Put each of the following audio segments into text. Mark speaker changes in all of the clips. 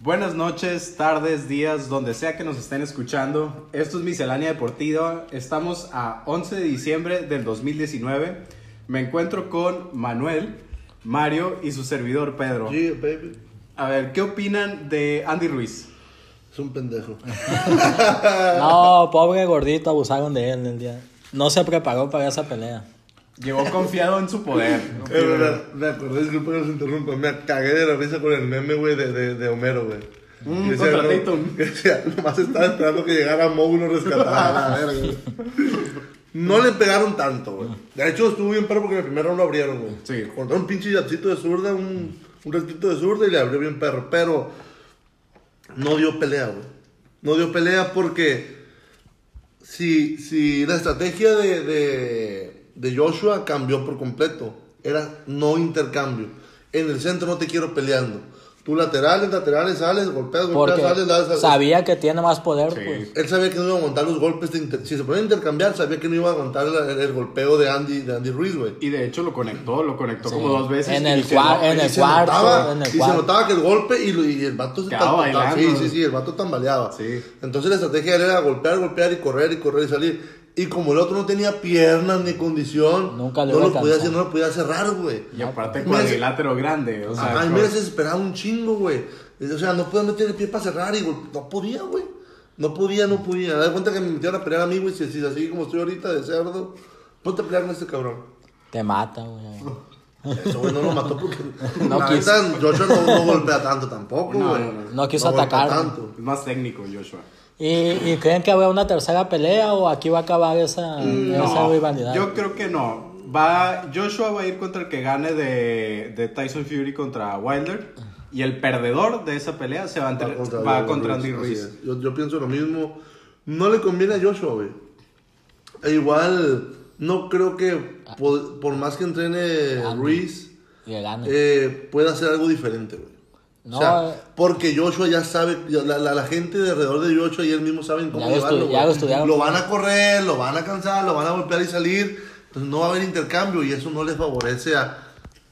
Speaker 1: Buenas noches, tardes, días, donde sea que nos estén escuchando. Esto es Miscelánea Deportiva. Estamos a 11 de diciembre del 2019. Me encuentro con Manuel, Mario y su servidor Pedro.
Speaker 2: Yeah, baby.
Speaker 1: A ver, ¿qué opinan de Andy Ruiz?
Speaker 2: Es un pendejo.
Speaker 3: No, pobre gordito, abusaron de él el día. No se preparó para esa pelea.
Speaker 1: Llegó confiado en su poder.
Speaker 2: Eh, güey, me, me acordé, disculpa que los interrumpa, me cagué de la risa con el meme, güey, de, de, de Homero, güey.
Speaker 1: Mm,
Speaker 2: Que decía,
Speaker 1: contra
Speaker 2: no-
Speaker 1: Tatum.
Speaker 2: que decía, nomás estaba esperando que llegara Moe y lo rescatara. la verga, güey. No le pegaron tanto, güey. De hecho, estuvo bien perro porque en el primer round lo abrieron, güey.
Speaker 1: Sí.
Speaker 2: Cortó un pinche yacito de zurda, un, un ratito de zurda y le abrió bien perro. Pero no dio pelea, güey. No dio pelea porque si, si la estrategia de, de, de Joshua cambió por completo, era no intercambio. En el centro no te quiero peleando. Tú laterales, laterales, sales, golpeas, golpeas,
Speaker 3: Porque
Speaker 2: sales, das, sales.
Speaker 3: sabía que tiene más poder, pues.
Speaker 2: Él sabía que no iba a aguantar los golpes. de inter- Si se ponían a intercambiar, sabía que no iba a aguantar la- el, el golpeo de Andy, de Andy Ruiz, güey.
Speaker 1: Y de hecho lo conectó, lo conectó como dos veces.
Speaker 3: En
Speaker 1: y
Speaker 3: el
Speaker 1: se
Speaker 3: cuar-
Speaker 1: enojó.
Speaker 3: en
Speaker 2: Y
Speaker 3: el
Speaker 2: se
Speaker 3: cuarto,
Speaker 2: notaba,
Speaker 3: en el
Speaker 2: y se
Speaker 3: cuarto.
Speaker 2: notaba que el golpe y, lo- y el vato se
Speaker 1: Quedaba
Speaker 2: tambaleaba.
Speaker 1: bailando.
Speaker 2: Sí, sí, sí, el vato tambaleaba.
Speaker 1: Sí.
Speaker 2: Entonces la estrategia era golpear, golpear y correr y correr y salir. Y como el otro no tenía piernas ni condición,
Speaker 3: Nunca le
Speaker 2: no,
Speaker 3: iba a
Speaker 2: lo podía
Speaker 3: alcanzar.
Speaker 2: hacer, no lo podía cerrar, güey.
Speaker 1: Y aparte
Speaker 2: Me-
Speaker 1: cuadrilátero grande. O sea,
Speaker 2: Ajá, y
Speaker 1: con-
Speaker 2: me desesperaba un chingo, güey. O sea, no podía meter el pie para cerrar y gol- no podía, güey. No podía, no podía. Da cuenta que me metieron a pelear a mí, güey. Si, si así como estoy ahorita de cerdo, ponte a pelear con este cabrón.
Speaker 3: Te mata, güey.
Speaker 2: Eso, güey, no lo mató porque.
Speaker 3: No
Speaker 2: No, la neta, Joshua no, no golpea tanto tampoco,
Speaker 1: No,
Speaker 2: güey.
Speaker 1: no, no.
Speaker 3: No quiso
Speaker 2: golpea
Speaker 3: atacar.
Speaker 2: tanto.
Speaker 1: es más técnico Joshua.
Speaker 3: ¿Y, y creen que habrá una tercera pelea o aquí va a acabar esa, esa rivalidad?
Speaker 1: yo creo que no. Va, Joshua va a ir contra el que gane de, de Tyson Fury contra Wilder. Y el perdedor de esa pelea se va, a entre- va contra, Andy
Speaker 2: así
Speaker 1: Ruiz.
Speaker 2: es. Yo, yo pienso lo mismo. No le conviene a Joshua, güey. E igual, no creo que por, por más que entrene
Speaker 3: Andy.
Speaker 2: Ruiz,
Speaker 3: Que gane.
Speaker 2: eh, pueda hacer algo diferente, güey.
Speaker 3: No,
Speaker 2: o
Speaker 3: eh.
Speaker 2: sea, porque Joshua ya sabe, ya la, la- la gente de alrededor de Joshua y él mismo saben cómo
Speaker 3: Ya lo
Speaker 2: llevarlo,
Speaker 3: estu- ya
Speaker 2: güey.
Speaker 3: lo estudiaron.
Speaker 2: Lo van a correr, lo van a cansar, lo van a golpear y salir. Entonces no va a haber intercambio y eso no les favorece a,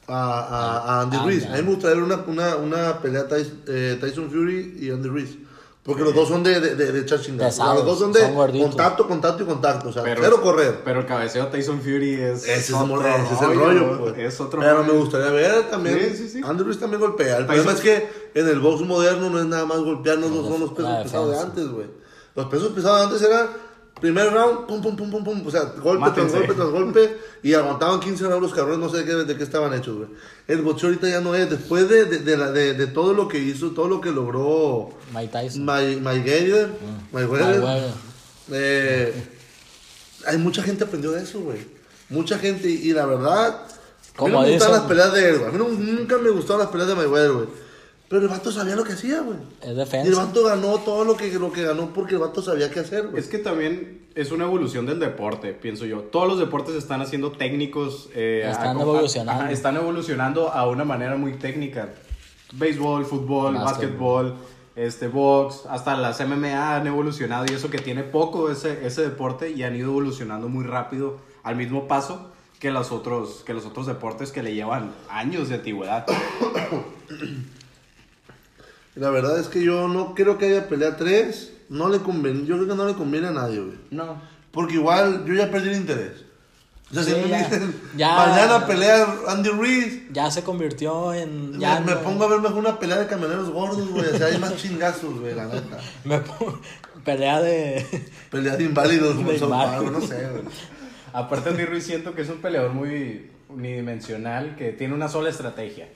Speaker 2: a, a- a Andy
Speaker 3: Ah,
Speaker 2: Ruiz.
Speaker 3: ya.
Speaker 2: A mí me gustaría ver una, una, una pelea Tyson, eh, Tyson Fury y Andy Ruiz. Porque los dos son de, de, de, de echar chingadas. O sea, los dos
Speaker 3: Pesados,
Speaker 2: son de
Speaker 3: son gorditos.
Speaker 2: contacto, contacto y contacto. O sea, cero correr.
Speaker 1: Pero el cabeceo Tyson Fury es.
Speaker 2: Ese es, el
Speaker 1: otro
Speaker 2: mor- ese es el rollo, pues.
Speaker 1: Es otro
Speaker 2: Pero
Speaker 1: rollo.
Speaker 2: me gustaría ver también.
Speaker 1: Sí, sí, sí.
Speaker 2: Andrew Ruiz también golpea. El
Speaker 1: Ahí
Speaker 2: problema es
Speaker 1: sí.
Speaker 2: que en el box moderno no es nada más golpear, no, son los pesos
Speaker 3: la
Speaker 2: pesados de
Speaker 3: defensa.
Speaker 2: antes, güey. Los pesos pesados de antes eran primer round, pum, pum, pum, pum, pum. O sea, golpe
Speaker 1: Mátense.
Speaker 2: tras golpe tras golpe. Y aguantaban 15 rounds los cabrones, no sé de qué, de qué estaban hechos, güey. El boxeo ahorita ya no es. Después de, de, de la- de- de todo lo que hizo, todo lo que logró
Speaker 3: Mike Tyson.
Speaker 2: My, my Gator, My
Speaker 3: Mayweather.
Speaker 2: eh, hay mucha gente aprendió de eso, güey. Mucha gente, y la verdad, a mí
Speaker 3: Como
Speaker 2: no me
Speaker 3: dicen-
Speaker 2: gustaban las peleas de él, güey. A mí no- nunca me gustaron las peleas de Mayweather, güey. Pero el vato sabía lo que hacía, güey.
Speaker 3: Es
Speaker 2: Y el
Speaker 3: defensa.
Speaker 2: vato ganó todo lo que, lo que ganó porque el vato sabía qué hacer, güey.
Speaker 1: Es que también es una evolución del deporte, pienso yo. Todos los deportes están haciendo técnicos. eh,
Speaker 3: Están
Speaker 1: a-
Speaker 3: evolucionando.
Speaker 1: ajá, están evolucionando a una manera muy técnica. Béisbol, fútbol,
Speaker 3: Básquetbol.
Speaker 1: básquetbol, este, box, hasta las MMA han evolucionado y eso que tiene poco ese, ese deporte y han ido evolucionando muy rápido al mismo paso que los otros, que los otros deportes que le llevan años de antigüedad.
Speaker 2: La verdad es que yo no creo que haya pelea 3. No le conviene, yo creo que no le conviene a nadie, güey.
Speaker 1: No.
Speaker 2: Porque igual yo ya perdí el interés. O sea,
Speaker 3: Sí,
Speaker 2: si me
Speaker 3: ya.
Speaker 2: dicen,
Speaker 3: Ya.
Speaker 2: mañana pelea Andy Ruiz,
Speaker 3: Ya se convirtió en.
Speaker 2: Me,
Speaker 3: ya
Speaker 2: me
Speaker 3: no-
Speaker 2: pongo a ver mejor una pelea de camioneros gordos, güey. O sea, hay más chingazos, güey, la neta.
Speaker 3: me pongo- pelea de.
Speaker 2: Pelea de inválidos, como
Speaker 3: De
Speaker 2: son
Speaker 3: inválidos.
Speaker 2: pagos, no sé, güey.
Speaker 1: Aparte, Andy Ruiz siento que es un peleador muy unidimensional que tiene una sola estrategia.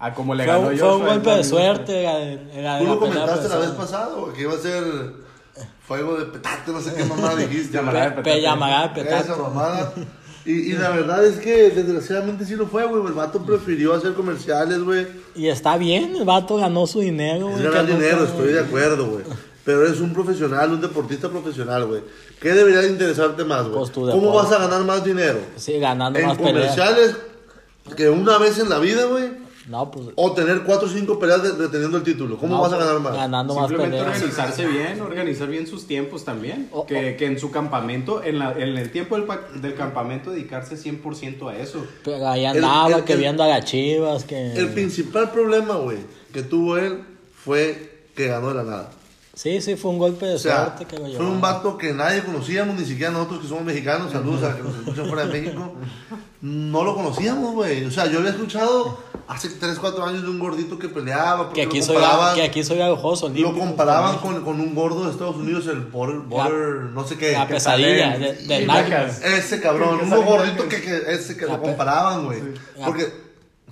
Speaker 1: A como le
Speaker 3: Fue,
Speaker 1: ganó
Speaker 3: un- fue
Speaker 1: Joshua,
Speaker 3: un
Speaker 1: es
Speaker 3: golpe
Speaker 1: la
Speaker 3: de
Speaker 1: misma.
Speaker 3: suerte. la de- la de
Speaker 2: Tú
Speaker 3: la
Speaker 2: lo
Speaker 3: pelea
Speaker 2: comentaste la
Speaker 3: pesada.
Speaker 2: vez pasada, güey, que iba a ser fuego de petate, no sé qué mamada dijiste.
Speaker 1: Llamará
Speaker 2: güey.
Speaker 1: de
Speaker 3: Pe-
Speaker 1: petate.
Speaker 3: pe- llamará de
Speaker 2: Esa
Speaker 3: petaco.
Speaker 2: mamada. Y, y la verdad es que desgraciadamente sí lo fue, güey. El vato prefirió hacer comerciales, güey.
Speaker 3: Y está bien, el vato ganó su dinero.
Speaker 2: Es
Speaker 3: güey,
Speaker 2: ganar
Speaker 3: que nunca-
Speaker 2: dinero, estoy de acuerdo, güey. Pero eres un profesional, un deportista profesional, güey. ¿Qué debería de interesarte más, güey?
Speaker 3: Pues tu
Speaker 2: ¿Cómo vas
Speaker 3: deporte.
Speaker 2: a ganar más dinero?
Speaker 3: Sí, ganando
Speaker 2: en
Speaker 3: más peleas.
Speaker 2: comerciales que una vez en la vida, güey,
Speaker 3: No, pues.
Speaker 2: o tener cuatro o cinco peleas de- deteniendo el título. ¿Cómo
Speaker 3: no, pues,
Speaker 2: vas a ganar más?
Speaker 3: Ganando más
Speaker 1: Simplemente
Speaker 3: peleas.
Speaker 1: organizarse bien, organizar bien sus tiempos también.
Speaker 3: Oh,
Speaker 1: que, que en su campamento, en, la- en el tiempo del, pa- del campamento, dedicarse 100% a eso.
Speaker 3: Pero ahí
Speaker 2: El-
Speaker 3: andaba,
Speaker 2: el-
Speaker 3: que
Speaker 2: el-
Speaker 3: viendo a las chivas, que.
Speaker 2: El principal problema, güey, que tuvo él fue que ganó de la nada.
Speaker 3: Sí, sí, fue un golpe de
Speaker 2: O sea,
Speaker 3: suerte que lo
Speaker 2: fue
Speaker 3: llevó.
Speaker 2: un vato que nadie conocíamos, ni siquiera nosotros que somos mexicanos, saludos a que nos escuchan fuera de México. No lo conocíamos, güey. O sea, yo había escuchado hace 3, 4 años de un gordito que peleaba. porque
Speaker 3: Que aquí,
Speaker 2: lo
Speaker 3: soy,
Speaker 2: comparaban-
Speaker 3: que aquí soy agujoso.
Speaker 2: Lo
Speaker 3: olímpico,
Speaker 2: comparaban con, con un gordo de Estados Unidos, el Border, border no sé qué.
Speaker 3: La
Speaker 2: que
Speaker 3: pesadilla
Speaker 2: sale-
Speaker 3: de, de
Speaker 1: y
Speaker 3: Nightmare.
Speaker 1: vacas.
Speaker 2: Ese cabrón,
Speaker 1: Que
Speaker 2: uno
Speaker 1: sale-
Speaker 2: gordito que, que ese que
Speaker 3: La
Speaker 2: lo
Speaker 3: pe-
Speaker 2: comparaban, güey.
Speaker 3: La-
Speaker 2: Porque,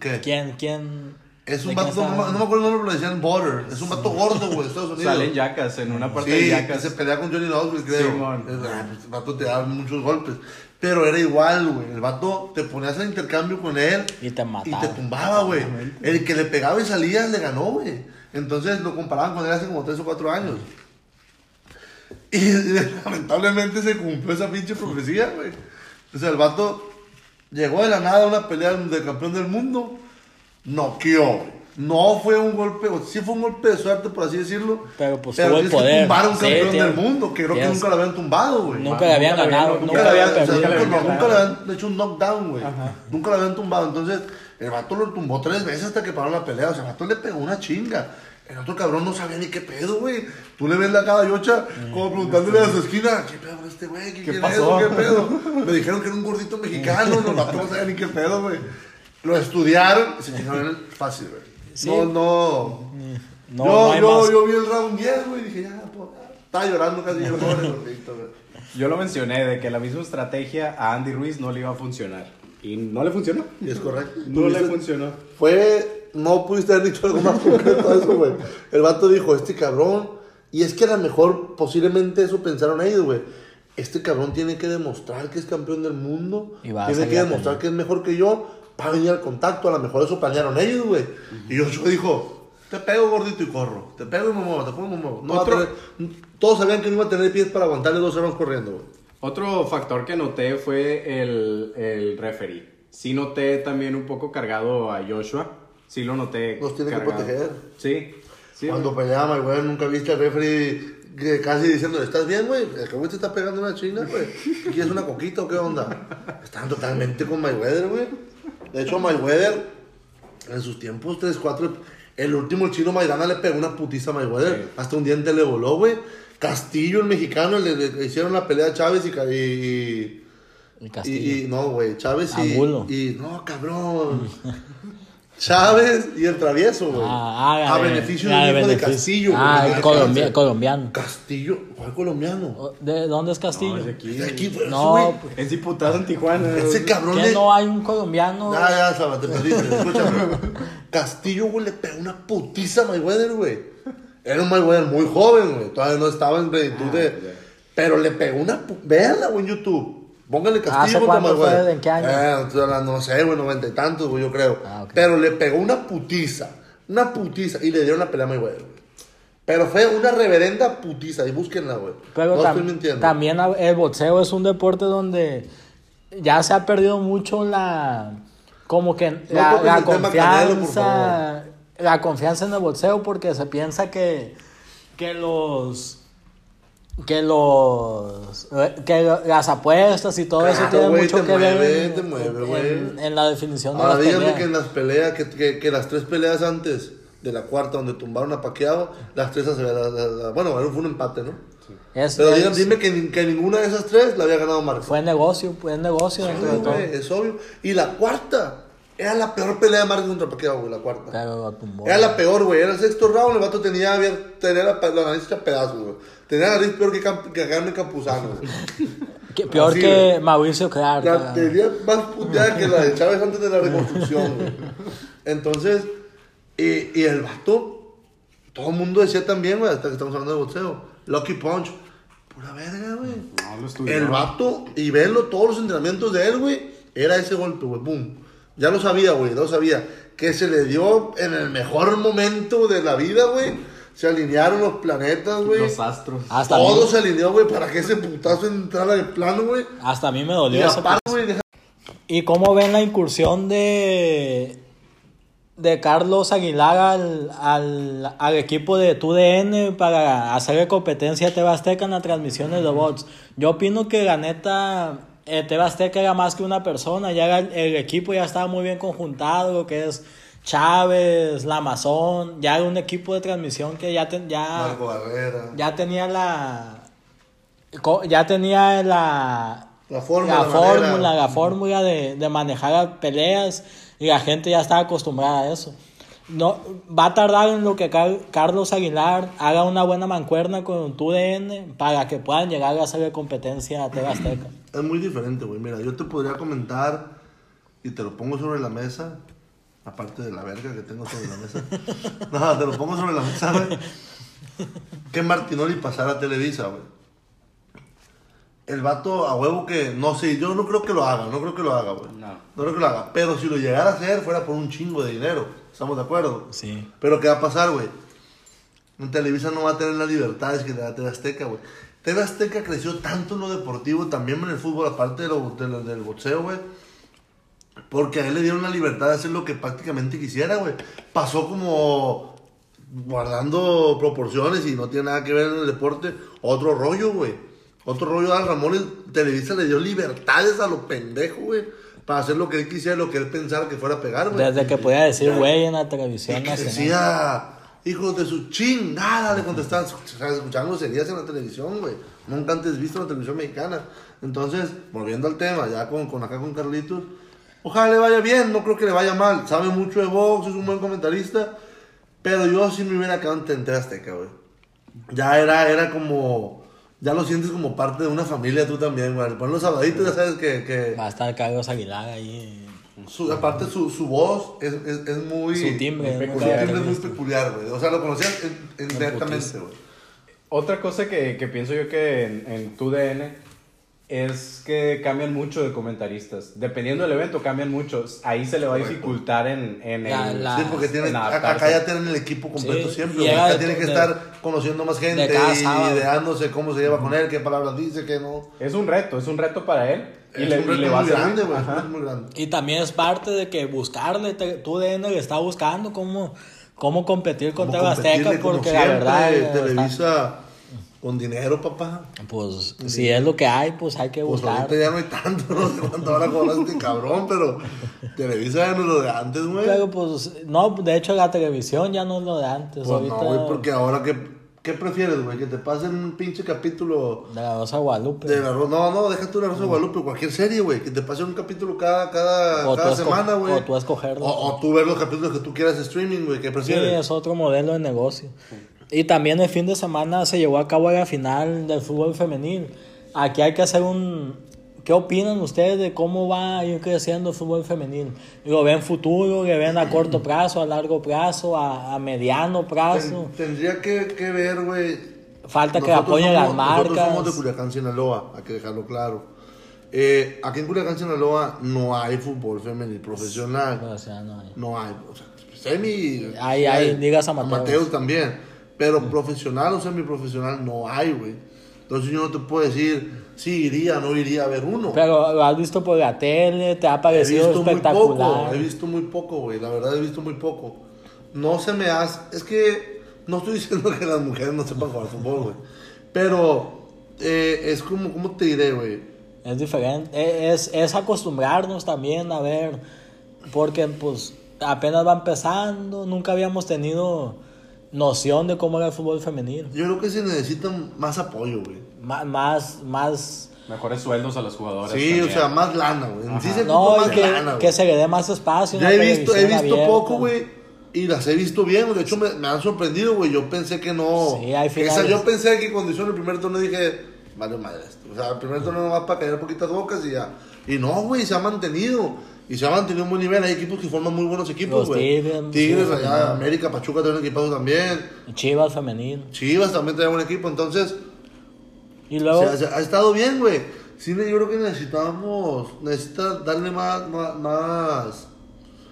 Speaker 2: ¿qué?
Speaker 3: ¿Quién? ¿Quién?
Speaker 2: Es
Speaker 3: de
Speaker 2: un
Speaker 3: quién
Speaker 2: vato, no,
Speaker 3: está
Speaker 2: me- no me
Speaker 3: hablando?
Speaker 2: acuerdo el nombre, pero le decían Border. Es un vato gordo, güey, de Estados Unidos.
Speaker 1: Salen yacas en una parte de
Speaker 2: Sí, que
Speaker 1: yacas.
Speaker 2: se pelea con Johnny Knoxville, creo.
Speaker 1: Simón.
Speaker 2: Es- ah, pues, el vato te da muchos golpes. Pero era igual, güey. El vato te ponías al intercambio con él
Speaker 3: Y te mataba.
Speaker 2: y te tumbaba, güey. El que le pegaba y salía le ganó, güey. Entonces lo comparaban con él hace como 3 o 4 años. Y lamentablemente se cumplió esa pinche profecía, güey. O sea, el vato llegó de la nada a una pelea de campeón del mundo. Noqueó, güey. No fue un golpe, o sí fue un golpe de suerte, por así decirlo.
Speaker 3: Pero, pues, tuvo el
Speaker 2: tienes que
Speaker 3: poder.
Speaker 2: tumbar a un
Speaker 3: Sí,
Speaker 2: campeón
Speaker 3: tiene-
Speaker 2: del mundo, que creo que
Speaker 3: tienes-
Speaker 2: nunca lo habían tumbado, güey.
Speaker 3: Nunca le habían
Speaker 1: Nunca le
Speaker 3: ganado,
Speaker 1: habían-
Speaker 3: nunca
Speaker 2: Nunca
Speaker 3: le
Speaker 2: le habían,
Speaker 3: habían
Speaker 2: o sea,
Speaker 1: nunca le
Speaker 3: perdido.
Speaker 1: habían
Speaker 2: nunca-
Speaker 1: ganado.
Speaker 2: nunca le habían hecho un knockdown, güey. Nunca le habían tumbado. Entonces, el vato lo tumbó tres veces hasta que paró la pelea. O sea, el vato le pegó una chinga. El otro cabrón no sabía ni qué pedo, güey. Tú le ves la caballocha como preguntándole a su esquina, ¿qué pedo con este güey? ¿Qué,
Speaker 1: ¿Qué
Speaker 2: quién es?
Speaker 1: pasó?
Speaker 2: ¿Qué pedo? Me dijeron que era un gordito mexicano, no, el vato no sabía ni qué pedo, güey. Lo estudiaron y se fijaron fácil, güey.
Speaker 3: Sí.
Speaker 2: No, no.
Speaker 3: No,
Speaker 2: yo,
Speaker 3: no hay
Speaker 2: yo,
Speaker 3: más.
Speaker 2: yo vi el round 10, güey, y dije, ya, pues, estaba llorando casi yo, pobre gordito, güey.
Speaker 1: Yo lo mencioné de que la misma estrategia a Andy Ruiz no le iba a funcionar. Y no le funcionó.
Speaker 2: Y Es correcto.
Speaker 1: No le funcionó.
Speaker 2: Fue, no pudiste haber dicho algo más concreto a eso, güey. El vato dijo, este cabrón, y es que a lo mejor posiblemente eso pensaron ellos, güey. Este cabrón tiene que demostrar que es campeón del mundo,
Speaker 3: Y va a
Speaker 2: tiene
Speaker 3: salir
Speaker 2: que
Speaker 3: a
Speaker 2: demostrar que es mejor que yo, va a venir al contacto, a lo mejor eso planearon ellos, güey. Y Joshua dijo, te pego gordito y corro, te pego y me muevo, te pego y me muevo. No va a
Speaker 1: Otro-
Speaker 2: tener- todos sabían que no iba a tener pies para aguantarle dos horas corriendo, güey.
Speaker 1: Otro factor que noté fue el, el referee. Sí noté también un poco cargado a Joshua. Sí lo noté.
Speaker 2: Los tiene que proteger.
Speaker 1: Sí. sí.
Speaker 2: Cuando peleaba, güey, nunca viste al referee que casi diciendo, ¿estás bien, güey? El que te está pegando una china, güey. ¿Qué ¿Quieres una coquita o qué onda? Estaban totalmente con Mayweather, güey. De hecho, Mayweather, en sus tiempos, 3, 4, el último el chino Maidana le pegó una putiza a Mayweather.
Speaker 1: Sí.
Speaker 2: Hasta un diente le voló, güey. Castillo, el mexicano, le, le- le hicieron la pelea a Chávez y... ca- y-
Speaker 3: El
Speaker 2: y,
Speaker 3: Castillo.
Speaker 2: y- no, güey, Chávez y,
Speaker 3: Angulo.
Speaker 2: y... No, cabrón. Chávez y el travieso, güey.
Speaker 3: Ah, ah,
Speaker 2: a
Speaker 3: de-
Speaker 2: beneficio
Speaker 3: ah,
Speaker 2: del hijo de
Speaker 3: beneficio.
Speaker 2: Castillo. güey,
Speaker 3: Ah,
Speaker 2: que
Speaker 3: el
Speaker 2: tiene
Speaker 3: colombia-
Speaker 2: cáncer.
Speaker 3: colombiano.
Speaker 2: Castillo, ¿cuál colombiano?
Speaker 3: O- ¿De dónde es Castillo?
Speaker 1: No, es de aquí.
Speaker 2: De aquí, pero
Speaker 3: No,
Speaker 2: ese güey-
Speaker 3: pues,
Speaker 1: Es diputado en Tijuana.
Speaker 2: ese cabrón
Speaker 3: ¿Qué
Speaker 2: le...
Speaker 3: no hay un colombiano?
Speaker 2: Ah, ya, Saba, te perdiste, escúchame. Castillo, güey, le pegó una putiza a Mayweather, güey. Era un Mayweather muy joven, güey. Todavía no estaba en plenitud
Speaker 3: Ah,
Speaker 2: de...
Speaker 1: ya.
Speaker 2: Pero le pegó una... pu- Véanla, güey, en YouTube. Póngale Castillo
Speaker 3: Ah, ¿Hace
Speaker 2: contra
Speaker 3: cuánto fue?
Speaker 2: Mayweather.
Speaker 3: ¿En qué año?
Speaker 2: Eh, o sea, la- no sé, güey, noventa y tantos, güey, yo creo.
Speaker 3: Ah, ok.
Speaker 2: Pero le pegó una putiza. Una putiza. Y le dieron la pelea a Mayweather, güey. Pero fue una reverenda putiza. Y búsquenla, güey.
Speaker 3: Pero
Speaker 2: no
Speaker 3: tam-
Speaker 2: estoy mintiendo.
Speaker 3: también a- el boxeo es un deporte donde ya se ha perdido mucho la. Como que la,
Speaker 2: toques
Speaker 3: la
Speaker 2: el tema Canelo, por
Speaker 3: confianza. La confianza en el boxeo porque se piensa que. Que los. Que los. Que lo- las apuestas y todo eso
Speaker 2: Claro,
Speaker 3: tiene
Speaker 2: güey,
Speaker 3: mucho
Speaker 2: te
Speaker 3: que
Speaker 2: mueve,
Speaker 3: ver.
Speaker 2: te
Speaker 3: en-
Speaker 2: mueve,
Speaker 3: en-
Speaker 2: güey.
Speaker 3: en la definición de
Speaker 2: Ahora
Speaker 3: las
Speaker 2: díganme
Speaker 3: peleas.
Speaker 2: que en las peleas, que, que, que las tres peleas antes de la cuarta, donde tumbaron a Paqueado, las tres, hace- la- la- la- bueno, fue un empate, ¿no?
Speaker 3: Es-
Speaker 2: Pero
Speaker 3: es-
Speaker 2: díganme, dime que, ni- que ninguna de esas tres la había ganado Marco.
Speaker 3: Fue negocio, fue negocio dentro de
Speaker 2: Obvio,
Speaker 3: todo.
Speaker 2: güey, es obvio. Y la cuarta era la peor pelea de Marco contra Paqueado, güey, la cuarta.
Speaker 3: Pero lo tumbó.
Speaker 2: Era la peor, güey. Era el sexto round. El vato tenía, abier- tenía la, la nariz hecha pedazos, güey. Tenía la nariz peor que, Camp- que Carmen Campuzano, güey.
Speaker 3: Que- peor
Speaker 2: Así,
Speaker 3: que
Speaker 2: güey.
Speaker 3: Mauricio Clark. ah.
Speaker 2: La
Speaker 3: ¿verdad?
Speaker 2: tenía más puteada que la de Chávez antes de la reconstrucción, güey. Entonces, y, y el vato, todo el mundo decía también, güey, hasta que estamos hablando de boxeo, Lucky Punch, pura verga, güey.
Speaker 1: No, lo estudió.
Speaker 2: El vato, y verlo, todos los entrenamientos de él, güey, era ese golpe, güey, boom. Ya lo sabía, güey, ya lo sabía. Que se le dio en el mejor momento de la vida, güey. Se alinearon los planetas, güey. Ah.
Speaker 1: Los astros.
Speaker 3: Hasta, a
Speaker 2: Todo
Speaker 3: mí,
Speaker 2: se alineó, güey, para que ese putazo entrara de plano, güey.
Speaker 3: hasta a mí me
Speaker 2: Y
Speaker 3: dolió ese
Speaker 2: aparte, güey, deja-
Speaker 3: ¿Y cómo ven la incursión de, de Carlos Aguilar al, al, al equipo de TUDN para hacerle competencia a Tebasteca en las transmisiones de bots? Yo opino que la neta, eh, Tebasteca era más que una persona, ya era el, el equipo ya estaba muy bien conjuntado, lo que es Chávez, Lamazón, ya era un equipo de transmisión que ya, ten- ya,
Speaker 2: Marco Barrera.
Speaker 3: ya tenía la. co- Ya tenía la.
Speaker 2: La fórmula.
Speaker 3: la fórmula,
Speaker 2: manera.
Speaker 3: la fórmula de, de manejar las peleas y la gente ya está acostumbrada a eso. No, va a tardar en lo que Car- Carlos Aguilar haga una buena mancuerna con TUDN para que puedan llegar a hacerle competencia a TV Azteca.
Speaker 2: Es muy diferente, güey. Mira, yo te podría comentar y te lo pongo sobre la mesa. Aparte de la verga que tengo sobre la mesa. no, te lo pongo sobre la mesa, güey. Que Martinoli pasara a Televisa, güey. El vato a huevo que, no sé, yo no creo que lo haga, no creo que lo haga, güey.
Speaker 1: No.
Speaker 2: creo que lo haga. Pero si lo llegara a hacer, fuera por un chingo de dinero. ¿Estamos de acuerdo?
Speaker 3: Sí.
Speaker 2: Pero ¿qué va a pasar, güey? En Televisa no va a tener las libertades que te da TV Azteca, güey. TV Azteca creció tanto en lo deportivo, también en el fútbol, aparte de lo- de lo- del boxeo, güey. Porque a él le dieron la libertad de hacer lo que prácticamente quisiera, güey. Pasó como guardando proporciones y no tiene nada que ver en el deporte. Otro rollo, güey. Otro rollo a Ramón el- Televisa le dio libertades a los pendejos, güey. Para hacer lo que él quisiera, lo que él pensara que fuera a pegar, güey.
Speaker 3: Desde que podía decir güey en la
Speaker 2: Y
Speaker 3: televisión
Speaker 2: que
Speaker 3: nacional.
Speaker 2: decía, hijos de su chingada, le contestaban, escuchando serías en la televisión, güey. Nunca antes visto en la televisión mexicana. Entonces, volviendo al tema, ya con, con acá con Carlitos, ojalá le vaya bien, no creo que le vaya mal. Sabe mucho de box, es un buen comentarista, pero yo sí me hubiera quedado en Tele Azteca, güey. Ya era, era como, ya lo sientes como parte de una familia tú también, güey. Pon los sabaditos, ya sabes que... que
Speaker 3: Va a estar Carlos Aguilar ahí.
Speaker 2: su- aparte su, su voz es, es, es muy...
Speaker 3: Su timbre.
Speaker 1: peculiar,
Speaker 2: Su
Speaker 3: nunca había
Speaker 2: timbre es muy
Speaker 3: visto.
Speaker 2: peculiar, güey. O sea, lo conocías en- en- directamente, güey.
Speaker 1: Otra cosa que, que pienso yo que en, en tu DN es que cambian mucho de comentaristas. Dependiendo del evento, cambian mucho. Ahí se le va a
Speaker 2: Correcto.
Speaker 1: dificultar en, en
Speaker 3: La-
Speaker 1: el...
Speaker 3: Ah, la-
Speaker 2: Sí, porque tiene,
Speaker 1: en
Speaker 2: acá,
Speaker 1: adaptarse.
Speaker 2: acá ya tienen el equipo completo
Speaker 3: Sí,
Speaker 2: siempre,
Speaker 3: y
Speaker 2: güey.
Speaker 3: era
Speaker 2: Acá
Speaker 3: de-
Speaker 2: tiene que
Speaker 3: de-
Speaker 2: estar conociendo más gente
Speaker 3: de cada
Speaker 2: y
Speaker 3: sábado.
Speaker 2: ideándose cómo se lleva con él, qué palabras dice, qué no.
Speaker 1: Es un reto, es un reto para él. Y
Speaker 2: es
Speaker 1: le,
Speaker 2: un
Speaker 1: y
Speaker 2: reto
Speaker 1: le va a
Speaker 2: muy
Speaker 1: servir.
Speaker 2: grande, güey. es un
Speaker 1: Ajá.
Speaker 2: reto muy grande.
Speaker 3: Y también es parte de que buscarle, te- TUDN le está buscando cómo, cómo competir con
Speaker 2: Como
Speaker 3: TV Azteca,
Speaker 2: competirle, como
Speaker 3: porque la
Speaker 2: siempre,
Speaker 3: verdad. eh, está-
Speaker 2: Televisa con dinero, papá.
Speaker 3: Pues si es lo que hay, pues hay que
Speaker 2: Pues
Speaker 3: buscar.
Speaker 2: ahorita ya no hay tanto, no sé cuánto ahora cobra este cabrón, pero Televisa ya no es lo de antes, güey.
Speaker 3: Pero pues, no, de hecho la televisión ya no es lo de antes.
Speaker 2: Pues
Speaker 3: ahorita
Speaker 2: no, güey, porque ahora, ¿qué, qué prefieres, güey? Que te pasen un pinche capítulo
Speaker 3: de la Rosa de Guadalupe.
Speaker 2: de la Ro- No, no, deja tú la Rosa de Guadalupe, cualquier serie, güey. Que te pasen un capítulo cada, cada,
Speaker 3: O tú
Speaker 2: cada
Speaker 3: esco-
Speaker 2: semana, güey.
Speaker 3: o tú escogerlo.
Speaker 2: O, o tú ver los capítulos que tú quieras de streaming, güey. ¿Qué
Speaker 3: Sí,
Speaker 2: prefieres?
Speaker 3: es otro modelo de negocio. Y también el fin de semana se llevó a cabo la final del fútbol femenil. Aquí hay que hacer un... ¿Qué opinan ustedes de cómo va a ir creciendo el fútbol femenil? ¿Lo ven futuro? ¿Le ven a corto plazo, a largo plazo, a, a mediano plazo?
Speaker 2: Ten- tendría que, que ver, güey.
Speaker 3: Falta que
Speaker 2: Nosotros
Speaker 3: apoyen
Speaker 2: somos-
Speaker 3: las marcas.
Speaker 2: Nosotros somos de Culiacán, Sinaloa, hay que dejarlo claro. Eh, aquí en Culiacán, Sinaloa, no hay fútbol femenil profesional.
Speaker 3: O sea, no hay.
Speaker 2: No hay. O sea, semi.
Speaker 3: Hay-
Speaker 2: sí
Speaker 3: hay ligas amateurs. Mm.
Speaker 2: también. Pero profesional o semiprofesional no hay, güey. Entonces yo no te puedo decir si iría o no iría a ver uno.
Speaker 3: Pero lo has visto por la tele, te ha
Speaker 2: he
Speaker 3: parecido
Speaker 2: visto muy poco.
Speaker 3: espectacular.
Speaker 2: He visto muy poco, güey. La verdad, he visto muy poco. No se me hace. Es que no estoy diciendo que las mujeres no sepan jugar fútbol, güey. Pero eh, es como, ¿cómo te diré, güey?
Speaker 3: Es diferente, e, es, es acostumbrarnos también a ver, porque pues apenas va empezando, nunca habíamos tenido noción de cómo era el fútbol femenino.
Speaker 2: Yo creo que se necesitan más apoyo, güey.
Speaker 3: Má- más, más,
Speaker 1: Mejores sueldos a las jugadoras.
Speaker 2: Sí, o
Speaker 1: también.
Speaker 2: sea, más lana, güey. En sí se
Speaker 3: no,
Speaker 2: ocupa
Speaker 3: y
Speaker 2: más
Speaker 3: que,
Speaker 2: lana, güey.
Speaker 3: que se le dé más espacio.
Speaker 2: Yo
Speaker 3: una
Speaker 2: he visto, he
Speaker 3: televisión
Speaker 2: visto
Speaker 3: abierta.
Speaker 2: poco, güey. Y las he visto bien, güey. de hecho me, me han sorprendido, güey. Yo pensé que no.
Speaker 3: Sí, hay
Speaker 2: que esa-
Speaker 3: finales.
Speaker 2: yo pensé que cuando hicieron el primer torneo dije, vale madre esto. O sea, el primer torneo va para callar poquitas bocas y ya. Y no, güey, se ha mantenido. Y se ha mantenido un buen nivel. Hay equipos que forman muy buenos equipos,
Speaker 3: Los
Speaker 2: güey.
Speaker 3: Tigres,
Speaker 2: Tigres,
Speaker 3: sí,
Speaker 2: allá, América, Pachuca tienen equipados también.
Speaker 3: Chivas femenino.
Speaker 2: Chivas también trae buen equipo. Entonces,
Speaker 3: Y luego,
Speaker 2: o sea, se ha estado bien, güey. Sí, yo creo que necesitamos, necesita darle más, más, más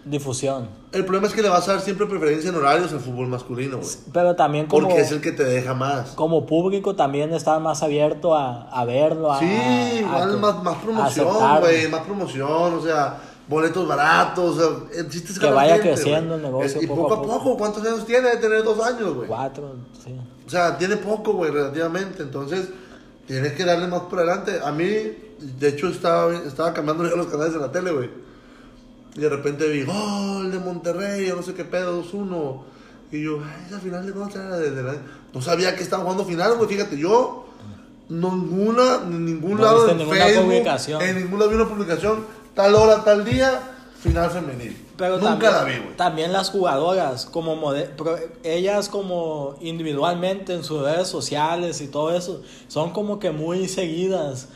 Speaker 3: difusión.
Speaker 2: el problema es que le vas a dar siempre preferencia en horarios al fútbol masculino, güey.
Speaker 3: Pero también como,
Speaker 2: Porque es el que te deja más.
Speaker 3: como público también está más abierto a, a verlo. A,
Speaker 2: Sí,
Speaker 3: a- a-
Speaker 2: igual más, más
Speaker 3: a
Speaker 2: promoción,
Speaker 3: aceptarlo.
Speaker 2: güey. Más promoción, o sea, boletos baratos. O sea, el chiste es
Speaker 3: Que
Speaker 2: jalar
Speaker 3: vaya
Speaker 2: gente,
Speaker 3: creciendo
Speaker 2: güey.
Speaker 3: el negocio
Speaker 2: Es- Y poco, a poco, ¿cuántos años tiene de tener dos años, güey?
Speaker 3: Cuatro, sí.
Speaker 2: O sea, tiene poco, güey, relativamente. Entonces, tienes que darle más por adelante. A mí, de hecho, estaba, estaba cambiando ya los canales de la tele, güey. Y de repente vi gol de Monterrey, yo no sé qué pedo, 2-1. Y yo, "Ay, esa final de cuándo era de, de la-?" No sabía que estaban jugando final, güey. Fíjate, yo, no- ninguna, en ningún
Speaker 3: No
Speaker 2: lado
Speaker 3: viste
Speaker 2: en
Speaker 3: ninguna
Speaker 2: Facebook,
Speaker 3: publicación.
Speaker 2: en ningún lado vi una publicación, tal hora, tal día, final femenil.
Speaker 3: Pero
Speaker 2: Nunca
Speaker 3: también,
Speaker 2: la vi, güey.
Speaker 3: también las jugadoras, como mode- pro- ellas como individualmente en sus redes sociales y todo eso, son como que muy seguidas.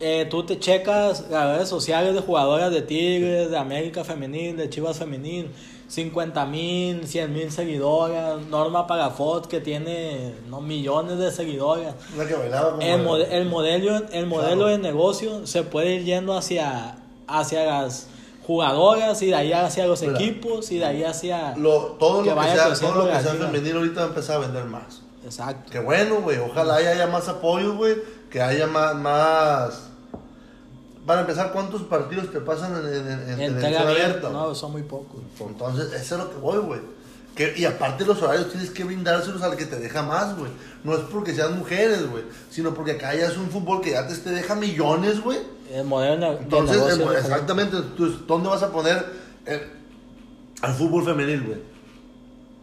Speaker 3: Eh, tú te checas las redes sociales de jugadoras de Tigres, de América Femenil, de Chivas Femenil, 50 mil, 100 mil seguidoras, Norma Pagafot que tiene no, millones de seguidoras.
Speaker 2: Una que bailaba como.
Speaker 3: El,
Speaker 2: de-
Speaker 3: mode- el modelo, el modelo
Speaker 2: Claro.
Speaker 3: de negocio se puede ir yendo hacia, hacia las jugadoras y de ahí hacia los
Speaker 2: Mira.
Speaker 3: equipos y de ahí hacia...
Speaker 2: lo- todo,
Speaker 3: que
Speaker 2: lo que
Speaker 3: vaya
Speaker 2: sea,
Speaker 3: creciendo
Speaker 2: todo lo
Speaker 3: la
Speaker 2: que sea
Speaker 3: liga.
Speaker 2: femenil ahorita va a empezar a vender más.
Speaker 3: Exacto.
Speaker 2: Qué bueno, güey. Ojalá haya, haya más apoyo, güey. Que haya más, más. Para empezar, ¿cuántos partidos te pasan en, en, en- en
Speaker 3: En
Speaker 2: televisión
Speaker 3: tele
Speaker 2: abierta?
Speaker 3: abierta, no, son muy pocos.
Speaker 2: güey? Entonces, eso es lo que voy, güey. Que- y aparte los horarios tienes que brindárselos al que te deja más, güey. No es porque sean mujeres, güey. Sino porque acá ya es un fútbol que ya te, te deja millones, güey.
Speaker 3: El modelo de ne- de
Speaker 2: Entonces,
Speaker 3: negocio.
Speaker 2: eh,
Speaker 3: de-
Speaker 2: exactamente, entonces, ¿dónde vas a poner el- al fútbol femenil, güey?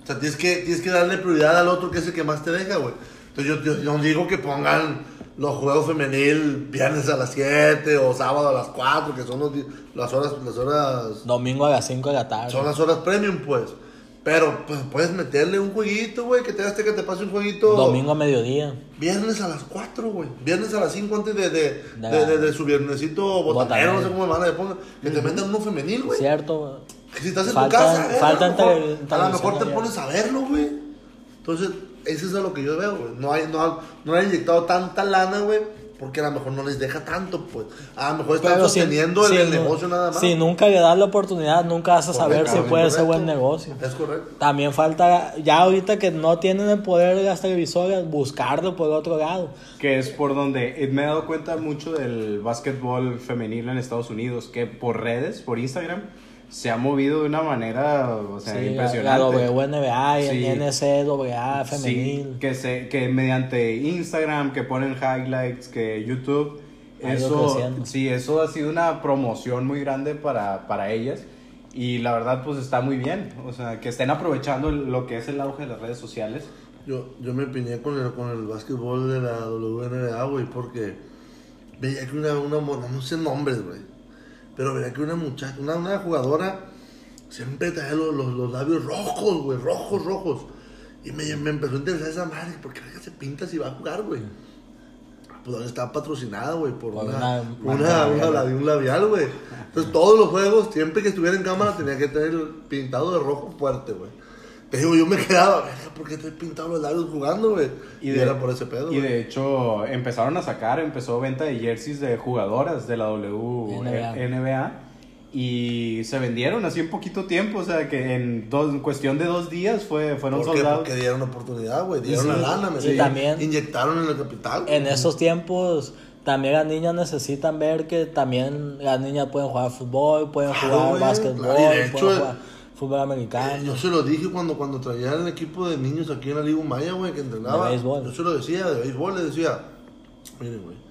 Speaker 2: O sea, tienes que, tienes que darle prioridad al otro que es el que más te deja, güey. Entonces, yo, yo- yo no digo que pongan los juegos femenil viernes a las 7 o sábado a las 4, que son los di- las horas, las horas
Speaker 3: Domingo a las 5 de la tarde.
Speaker 2: son las horas premium, pues. Pero pues, puedes meterle un jueguito, güey, que te haste que te pase un jueguito.
Speaker 3: Domingo a mediodía.
Speaker 2: Viernes a las 4, güey. Viernes a las 5 antes de, de,
Speaker 3: De
Speaker 2: de- de-
Speaker 3: la-
Speaker 2: de su viernesito botanero,
Speaker 3: Botanero.
Speaker 2: no sé cómo le van a poner. Que te metan uno femenil, güey.
Speaker 3: ¿Cierto? güey.
Speaker 2: Que si estás en
Speaker 3: Faltan-
Speaker 2: tu casa, eh,
Speaker 3: faltan
Speaker 2: a lo
Speaker 3: tele-
Speaker 2: mejor, a lo mejor te
Speaker 3: televisión
Speaker 2: pones a verlo, güey. Entonces, eso es a lo que yo veo, güey. No, hay, no, ha- no le han inyectado tanta lana, güey, porque a lo mejor no les deja tanto, pues. A lo mejor están
Speaker 3: Pero si-
Speaker 2: sosteniendo
Speaker 3: si
Speaker 2: el, el
Speaker 3: nu-
Speaker 2: negocio nada más.
Speaker 3: Si nunca le das la oportunidad, nunca vas a saber si
Speaker 2: Correcto,
Speaker 3: puede ser
Speaker 2: correcto.
Speaker 3: buen negocio.
Speaker 2: Es correcto.
Speaker 3: También falta, ya ahorita que no tienen el poder de las televisoras, buscarlo por otro lado.
Speaker 1: que es por donde eh, me he dado cuenta mucho del básquetbol femenil en Estados Unidos, que por redes, por Instagram, se ha movido de una manera o sea,
Speaker 3: Sí, la- la
Speaker 1: impresionante.
Speaker 3: WNBA y
Speaker 1: Sí.
Speaker 3: el NCAA
Speaker 1: Sí,
Speaker 3: femenil.
Speaker 1: que, se, que mediante Instagram, que ponen highlights, que YouTube,
Speaker 3: Ha ido
Speaker 1: eso,
Speaker 3: creciendo.
Speaker 1: sí, eso ha sido una promoción muy grande para, para ellas. Y la verdad, pues está muy bien. O sea, que estén aprovechando lo que es el auge de las redes sociales.
Speaker 2: Yo, yo me piñé con el, con el básquetbol de la WNBA, güey, porque veía que una, una mona, no sé nombres, güey, pero veía que una muchacha, una, una jugadora, siempre traía los, los, los labios rojos, güey, rojos, rojos. Y me, me empezó a interesar esa madre, porque qué verga se pinta si va a jugar, güey? Pues ahora está patrocinada, güey, por
Speaker 3: Por
Speaker 2: una,
Speaker 3: una
Speaker 2: una,
Speaker 3: marca
Speaker 2: una
Speaker 3: labial.
Speaker 2: labi- un labial, güey. Entonces todos los juegos, siempre que estuviera en cámara, tenía que tener pintado de rojo fuerte, güey. Te digo, yo me quedaba, verga, ¿por qué estoy pintado los labios jugando, güey? Y,
Speaker 1: de-
Speaker 2: era por ese pedo,
Speaker 1: Y
Speaker 2: güey.
Speaker 1: de hecho, empezaron a sacar, empezó venta de jerseys de jugadoras de la WNBA. Y se vendieron así en poquito tiempo, o sea que en, dos, en cuestión de dos días fue, fueron
Speaker 2: ¿Por qué?
Speaker 1: soldados.
Speaker 2: Porque dieron oportunidad, güey. Dieron
Speaker 1: Sí,
Speaker 2: la lana, me
Speaker 3: y
Speaker 2: sí.
Speaker 3: también-
Speaker 2: Inyectaron en el capital. güey.
Speaker 3: En esos tiempos también las niñas necesitan ver que también las niñas pueden jugar fútbol, pueden
Speaker 2: Claro,
Speaker 3: jugar
Speaker 2: güey,
Speaker 3: básquetbol,
Speaker 2: claro, y de hecho,
Speaker 3: pueden jugar fútbol
Speaker 2: Eh,
Speaker 3: americano.
Speaker 2: Yo se lo dije cuando, cuando traía el equipo de niños aquí en la Liga Maya, güey, que entrenaba.
Speaker 3: De béisbol.
Speaker 2: Yo se lo decía, de béisbol, le decía, miren, güey,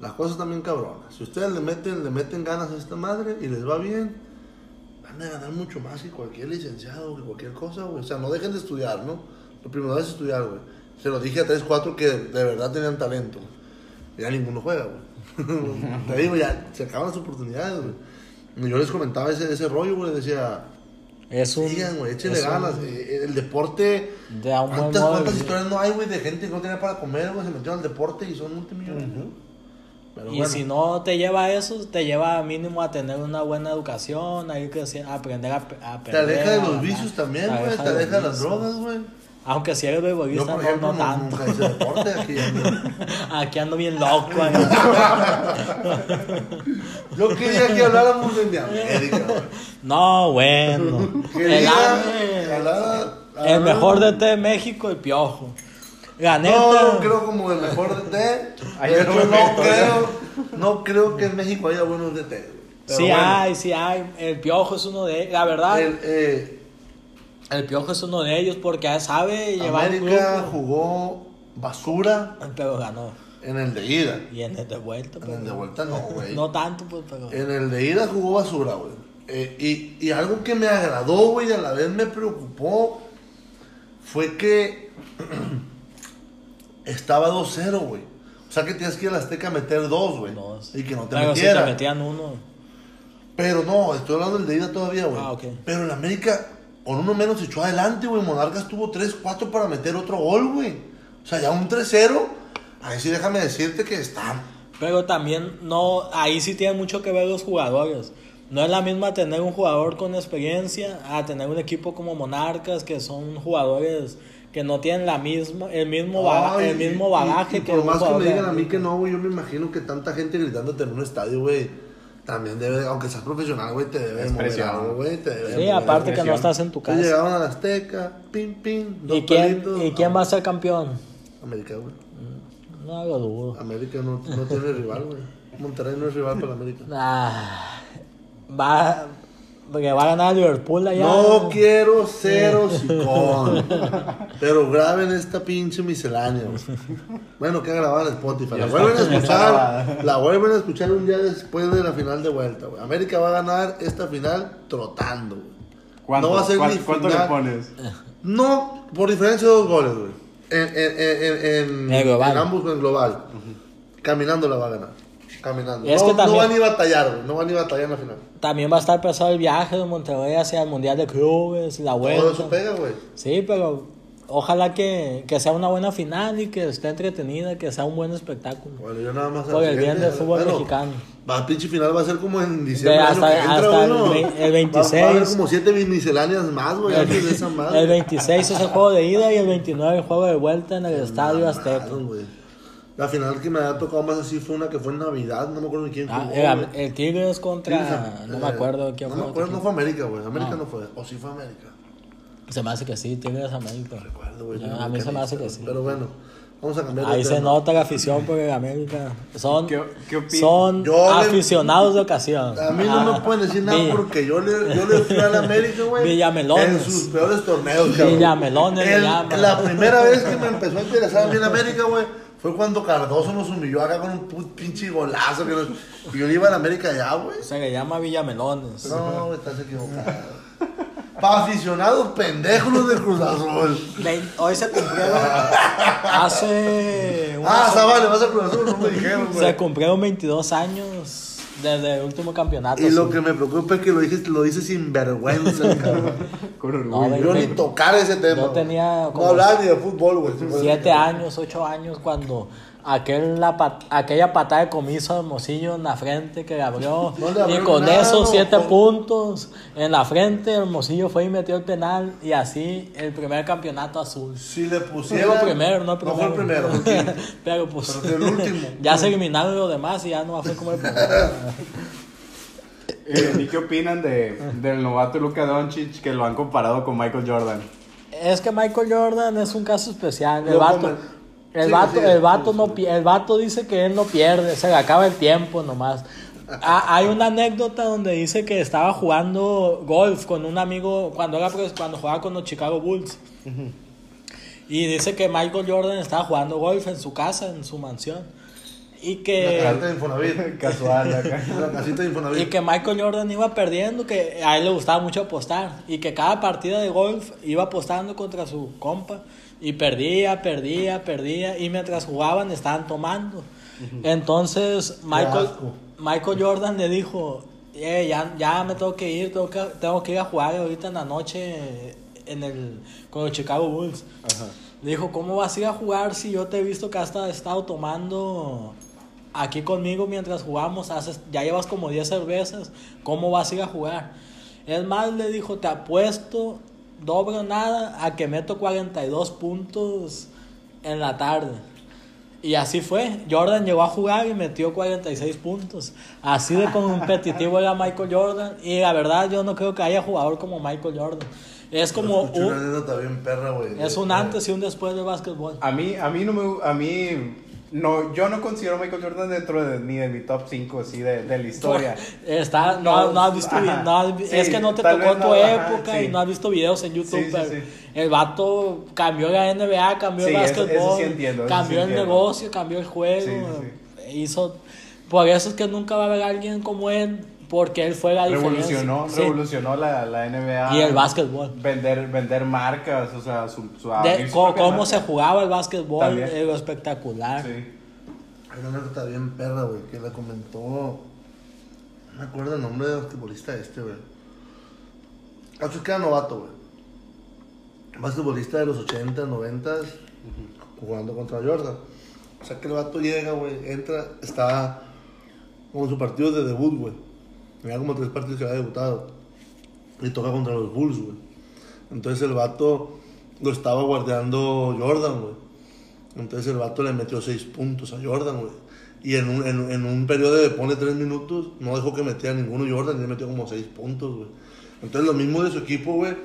Speaker 2: las cosas también cabronas. Si ustedes le meten, le meten ganas a esta madre y les va bien, van a ganar mucho más que cualquier licenciado, que cualquier cosa, güey. O sea, no dejen de estudiar, ¿no? Lo primero es estudiar, güey. Se lo dije a 3, 4 que de verdad tenían talento. Ya ninguno juega, güey. Te digo, ya se acaban las oportunidades, güey. Y Yo les comentaba ese, ese rollo, güey, les decía...
Speaker 3: Es un...
Speaker 2: Sigan, güey, échenle
Speaker 3: es un-
Speaker 2: ganas. Eh, El deporte.
Speaker 3: de a un buen
Speaker 2: ¿Cuántas,
Speaker 3: modo de
Speaker 2: cuántas
Speaker 3: vivir.
Speaker 2: historias no hay, güey, de gente que no tenía para comer, güey? Se metieron al deporte y son multimillonarios. Pero
Speaker 3: Y
Speaker 2: bueno,
Speaker 3: si no te lleva a eso, te lleva mínimo a tener una buena educación, a ir creciendo, a aprender a, pe- a
Speaker 2: te aleja de
Speaker 3: perder, a
Speaker 2: los
Speaker 3: ganar.
Speaker 2: vicios también,
Speaker 3: Te
Speaker 2: güey. Te
Speaker 3: aleja de
Speaker 2: aleja de
Speaker 3: los
Speaker 2: las
Speaker 3: vicios.
Speaker 2: drogas, güey.
Speaker 3: Aunque si eres
Speaker 2: Yo,
Speaker 3: beisbolista,
Speaker 2: por
Speaker 3: no,
Speaker 2: ejemplo,
Speaker 3: no
Speaker 2: no-
Speaker 3: tanto.
Speaker 2: nunca hice deporte aquí. güey.
Speaker 3: Aquí ando bien loco. güey.
Speaker 2: Yo quería que habláramos de mi América, güey.
Speaker 3: No, bueno. El,
Speaker 2: Quería
Speaker 3: AME,
Speaker 2: que hablara-
Speaker 3: el
Speaker 2: habláramos-
Speaker 3: mejor DT de este México, el Piojo. este. La neta.
Speaker 2: No, no creo como el mejor DT.
Speaker 1: Ay,
Speaker 2: De
Speaker 1: yo no
Speaker 2: hecho,
Speaker 1: me
Speaker 2: no
Speaker 1: meto,
Speaker 2: creo, no creo que en México haya buenos DT. güey. Pero
Speaker 3: sí
Speaker 2: bueno,
Speaker 3: hay, sí hay. El Piojo es uno de ellos. La verdad, el,
Speaker 2: el, eh,
Speaker 3: Piojo es uno de ellos porque sabe llevar un
Speaker 2: América
Speaker 3: grupo.
Speaker 2: jugó basura
Speaker 3: Pero ganó.
Speaker 2: en el de ida.
Speaker 3: Y en el de vuelta,
Speaker 2: En el de
Speaker 3: pero-
Speaker 2: vuelta no, güey. Eh,
Speaker 3: No tanto, pues, pero.
Speaker 2: En el de ida jugó basura, güey. Eh, y, y algo que me agradó, güey, y a la vez me preocupó, fue que estaba 2-0, güey. O sea que tienes que ir al Azteca a meter dos, güey.
Speaker 3: Dos.
Speaker 2: Y que no te
Speaker 3: Claro, sí,
Speaker 2: metieran.
Speaker 3: te metían uno.
Speaker 2: Pero no, estoy hablando del de ida todavía, güey.
Speaker 3: Ah, ok.
Speaker 2: Pero el América, con uno menos, se echó adelante, güey. Monarcas tuvo 3-4 para meter otro gol, güey. O sea, ya un 3-0. Ahí sí déjame decirte que está.
Speaker 3: Pero también no, ahí sí tiene mucho que ver los jugadores. No es la misma tener un jugador con experiencia a tener un equipo como Monarcas, que son jugadores que no tienen la misma, el mismo, bagaje,
Speaker 2: Ay,
Speaker 3: el mismo
Speaker 2: y-
Speaker 3: bagaje
Speaker 2: y
Speaker 3: que
Speaker 2: Por
Speaker 3: un
Speaker 2: más que me
Speaker 3: jugador de-
Speaker 2: digan a mí que no, güey, yo me imagino que tanta gente gritándote en un estadio, güey. También debe, aunque seas profesional, güey, te debe
Speaker 1: Es
Speaker 2: mover
Speaker 1: presión.
Speaker 2: algo, güey. te debe
Speaker 3: Sí,
Speaker 2: mover
Speaker 3: aparte
Speaker 2: algo.
Speaker 3: que no estás en tu
Speaker 2: Entonces
Speaker 3: casa.
Speaker 2: Llegaron a la Azteca, pim, pim. dos
Speaker 3: ¿Y quién,
Speaker 2: palitos.
Speaker 3: ¿Y quién va a ser campeón?
Speaker 2: América, güey.
Speaker 3: No lo dudo.
Speaker 2: América no, no tiene rival, güey. Monterrey no es rival para América.
Speaker 3: Ah, va, porque va a ganar Liverpool allá.
Speaker 2: No quiero ser hocicón. Pero graben esta pinche miscelánea. güey. Bueno, que grabar en Spotify.
Speaker 1: Ya
Speaker 2: La vuelven a
Speaker 1: está, ya está
Speaker 2: escuchar.
Speaker 1: grabada.
Speaker 2: La vuelven a escuchar un día después de la final de vuelta, güey. América va a ganar esta final trotando, güey.
Speaker 1: ¿Cuánto,
Speaker 2: No va a ser
Speaker 1: cuán-
Speaker 2: ni
Speaker 1: ¿cuánto le
Speaker 2: final.
Speaker 1: pones?
Speaker 2: No, por diferencia de dos goles, güey. En, en, en, en,
Speaker 3: En global.
Speaker 2: en ambos, en global. Caminando la va a ganar. Caminando.
Speaker 3: Es
Speaker 2: no,
Speaker 3: que
Speaker 2: no
Speaker 3: también-
Speaker 2: van a ir a batallar, güey. No van a ir a batallar en la final.
Speaker 3: También va a estar pesado el viaje de Monterrey hacia el Mundial de Clubes, la vuelta.
Speaker 2: Todo eso pega, güey.
Speaker 3: Sí, pero ojalá que, que sea una buena final y que esté entretenida, que sea un buen espectáculo.
Speaker 2: Bueno, yo nada más.
Speaker 3: Por el bien
Speaker 2: siguiente,
Speaker 3: del fútbol
Speaker 2: bueno,
Speaker 3: mexicano.
Speaker 2: Va, el pinche final va a ser como en diciembre.
Speaker 3: Ve,
Speaker 2: año
Speaker 3: hasta-
Speaker 2: que entra,
Speaker 3: hasta
Speaker 2: güey,
Speaker 3: el
Speaker 2: ¿no?
Speaker 3: ve- el
Speaker 2: Va, va a haber
Speaker 3: 26.
Speaker 2: como siete misceláneas más, güey, antes de esa madre.
Speaker 3: El 26 es el juego de ida y el 29 el juego de vuelta en el Estadio Azteca.
Speaker 2: Claro, güey. La final que me ha tocado más así fue una que fue en Navidad, no me acuerdo ni quién
Speaker 3: Ah,
Speaker 2: jugó,
Speaker 3: el,
Speaker 2: güey.
Speaker 3: el Tigres contra...
Speaker 2: Tigres,
Speaker 3: No
Speaker 2: eh,
Speaker 3: me acuerdo quién
Speaker 2: No
Speaker 3: fue.
Speaker 2: me acuerdo, no fue América, güey. América no. fue. O sí fue América.
Speaker 3: Se me hace que sí, Tigres América.
Speaker 2: Recuerdo, güey.
Speaker 3: Ah,
Speaker 2: no
Speaker 3: a mí se me hace que sí.
Speaker 2: Pero bueno, vamos a cambiar de
Speaker 3: Ahí se
Speaker 2: tema.
Speaker 3: nota la afición por el América. Son,
Speaker 1: ¿Qué- qué opinas?
Speaker 3: son
Speaker 2: Yo le-
Speaker 3: aficionados de ocasión.
Speaker 2: A mí no
Speaker 3: Ah,
Speaker 2: me pueden decir nada
Speaker 3: Villa-
Speaker 2: porque yo le, yo le fui al América, güey.
Speaker 3: Villamelones.
Speaker 2: En sus peores torneos, cabrón.
Speaker 3: Villamelones le
Speaker 2: El-
Speaker 3: llaman.
Speaker 2: La primera vez que me empezó a interesar a mí en América, güey, fue cuando Cardoso nos humilló acá con un pu- pinche golazo. Que nos- y yo le iba al América ya, güey.
Speaker 3: Se le llama Villamelones.
Speaker 2: No, güey, estás equivocado. Para aficionados pendejos los del Cruz Azul.
Speaker 3: Vein- Hoy se cumplieron hace una
Speaker 2: Ah,
Speaker 3: se-
Speaker 2: Zabale, vas a Cruz Azul, no me dijeron,
Speaker 3: se
Speaker 2: güey.
Speaker 3: cumplieron 22 años desde el último campeonato.
Speaker 2: Y lo
Speaker 3: sí.
Speaker 2: que me preocupa es que lo dices, lo dices sin vergüenza, cabrón.
Speaker 1: Con
Speaker 3: No,
Speaker 1: orgullo.
Speaker 3: ve-
Speaker 2: Yo ni tocar ese tema.
Speaker 3: Yo
Speaker 2: güey.
Speaker 3: tenía
Speaker 2: No
Speaker 3: como
Speaker 2: hablaba ni de fútbol, güey.
Speaker 3: Siete años, ocho años cuando aquel la pat- aquella patada de comiso de Hermosillo en la frente que le abrió,
Speaker 2: No le abrió
Speaker 3: y con
Speaker 2: nada,
Speaker 3: esos siete
Speaker 2: ojo.
Speaker 3: puntos en la frente Hermosillo fue y metió el penal y así el primer campeonato azul.
Speaker 2: Si le pusieron.
Speaker 3: Digo primero, no primero.
Speaker 2: fue el primero. fue el quinto.
Speaker 3: Pero pues
Speaker 2: Pero fue el último.
Speaker 3: ya se eliminaron los demás y ya no fue como el primero.
Speaker 1: Eh, ¿Y qué opinan de, del novato Luka Doncic que lo han comparado con Michael Jordan?
Speaker 3: Es que Michael Jordan es un caso especial. El
Speaker 2: Lo
Speaker 3: vato,
Speaker 2: comen.
Speaker 3: el
Speaker 2: Sí, sí,
Speaker 3: vato, el
Speaker 2: sí,
Speaker 3: vato
Speaker 2: sí,
Speaker 3: no,
Speaker 2: sí.
Speaker 3: pi- el vato dice que él no pierde, se le acaba el tiempo nomás. Ha- hay una anécdota donde dice que estaba jugando golf con un amigo cuando era pues, cuando jugaba con los Chicago Bulls. Y dice que Michael Jordan estaba jugando golf en su casa, en su mansión. Y
Speaker 2: La
Speaker 3: que
Speaker 2: casita de Infonavit.
Speaker 1: Casual acá.
Speaker 2: La casita de
Speaker 3: Eh, y
Speaker 2: Infonavit.
Speaker 3: que Michael Jordan iba perdiendo, que a él le gustaba mucho apostar. Y que cada partida de golf iba apostando contra su compa. Y perdía, perdía, perdía. Y mientras jugaban estaban tomando. Entonces Michael,
Speaker 2: asco.
Speaker 3: Michael Jordan le dijo, "Eh, ya, ya me tengo que ir, tengo que, tengo que ir a jugar ahorita en la noche en el, con los Chicago Bulls. Le dijo, ¿cómo vas a ir a jugar si yo te he visto que has ta- estado tomando aquí conmigo mientras jugamos? Haces, ya llevas como 10 cervezas, ¿cómo vas a ir a jugar? Es más, le dijo, te apuesto, dobro nada, a que meto 42 puntos en la tarde. Y así fue, Jordan llegó a jugar y metió 46 puntos. Así de competitivo era Michael Jordan. Y la verdad, yo no creo que haya jugador como Michael Jordan. Es como
Speaker 2: Escuché una
Speaker 3: un,
Speaker 2: anécdota bien perra, güey.
Speaker 3: es un antes y un después del básquetbol.
Speaker 1: A mí, a mí no me, a mí, no, yo no considero a Michael Jordan dentro de, ni de mi top 5 así de, de la historia.
Speaker 3: Está, no, no has visto, vi-
Speaker 1: Ajá.
Speaker 3: no has vi-
Speaker 1: Sí,
Speaker 3: es que no te
Speaker 1: tal
Speaker 3: tocó
Speaker 1: vez
Speaker 3: tu
Speaker 1: no, ajá,
Speaker 3: época y
Speaker 1: sí.
Speaker 3: no has visto videos en YouTube.
Speaker 1: Sí, sí,
Speaker 3: pero
Speaker 1: sí.
Speaker 3: El vato cambió la NBA, cambió el
Speaker 1: Sí, eso- eso sí
Speaker 3: básquetbol,
Speaker 1: entiendo, eso sí
Speaker 3: cambió el
Speaker 1: entiendo.
Speaker 3: negocio, cambió el juego.
Speaker 1: Sí, sí,
Speaker 3: Hizo, por eso es que nunca va a haber alguien como él. Porque él fue la diferencia.
Speaker 1: Revolucionó,
Speaker 3: Sí.
Speaker 1: revolucionó la, la NBA.
Speaker 3: Y el básquetbol.
Speaker 1: Vender, vender marcas, o sea, su, su-
Speaker 3: De
Speaker 1: abrir su
Speaker 3: co-
Speaker 1: propia
Speaker 3: cómo
Speaker 1: marca.
Speaker 3: se jugaba el básquetbol,
Speaker 1: También.
Speaker 3: eh, lo espectacular.
Speaker 1: Sí.
Speaker 2: Hay una anécdota bien perra, güey, que la comentó. No me acuerdo el nombre del basquetbolista este, güey. Antes que era novato, güey. Basquetbolista de los 80, 90 jugando contra Jordan. O sea que el vato llega, güey, entra, está con su partido de debut, güey. Tenía como tres partidos que había debutado. Y toca contra los Bulls, güey. Entonces el vato lo estaba guardando Jordan, güey. Entonces el vato le metió seis puntos a Jordan, güey. Y en un, en, en un periodo de pone tres minutos, no dejó que metiera ninguno Jordan y le metió como seis puntos, güey. Entonces lo mismo de su equipo, güey.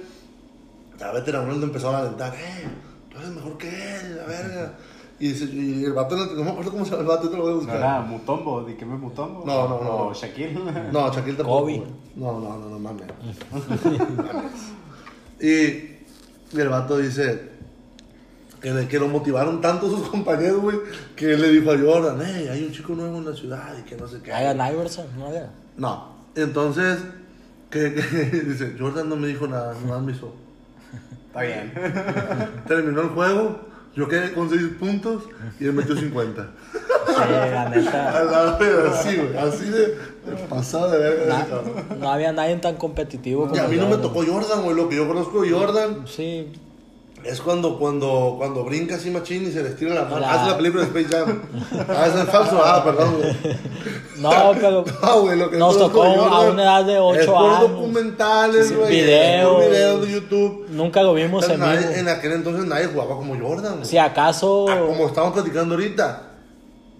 Speaker 2: La veterano le empezó a alentar, eh, tú eres mejor que él, la verga. Y, dice- y el vato, no me acuerdo cómo se llama el vato, te lo voy a
Speaker 1: No
Speaker 2: buscar.
Speaker 1: era Mutombo, ¿de qué me Mutombo?
Speaker 2: No, no, no.
Speaker 1: O Shaquille.
Speaker 2: No, Shaquille tampoco.
Speaker 3: Kobe.
Speaker 2: güey. No, no, no, no mames. y y el vato dice que, le- que lo motivaron tanto sus compañeros, güey, que él le dijo a Jordan, hey, hay un chico nuevo en la ciudad y que no sé qué.
Speaker 3: Ryan Iverson, ¿no era?
Speaker 2: No. Entonces, que, que- dice, Jordan no me dijo nada, no me hizo.
Speaker 1: Está bien.
Speaker 2: Terminó el juego, yo quedé con 6 puntos y él metió 50.
Speaker 3: Sí, la
Speaker 2: A
Speaker 3: neta.
Speaker 2: la verga, así, güey, así de, de pasada de verga. ese
Speaker 3: na-
Speaker 2: cabrón.
Speaker 3: no había nadie tan competitivo como
Speaker 2: Y a mí no me
Speaker 3: Jordan.
Speaker 2: tocó Jordan, güey, lo que yo conozco de Jordan.
Speaker 3: Sí,
Speaker 2: Es cuando, cuando, cuando brinca así machín y se les tira la mano.
Speaker 3: La-
Speaker 2: Haz la película de Space Jam. Ah, eso es falso. Ah, perdón, güey.
Speaker 3: no, pero
Speaker 2: Ah, güey, lo que
Speaker 3: Nos
Speaker 2: conozco
Speaker 3: tocó
Speaker 2: de Jordan
Speaker 3: a una edad de ocho
Speaker 2: es por
Speaker 3: años.
Speaker 2: documentales,
Speaker 3: Sí,
Speaker 2: güey.
Speaker 3: videos.
Speaker 2: por videos de YouTube.
Speaker 3: nunca lo vimos en
Speaker 2: Nadie-
Speaker 3: vivo.
Speaker 2: en aquel entonces nadie jugaba como Jordan, güey.
Speaker 3: Si acaso
Speaker 2: Ah, como estamos platicando ahorita.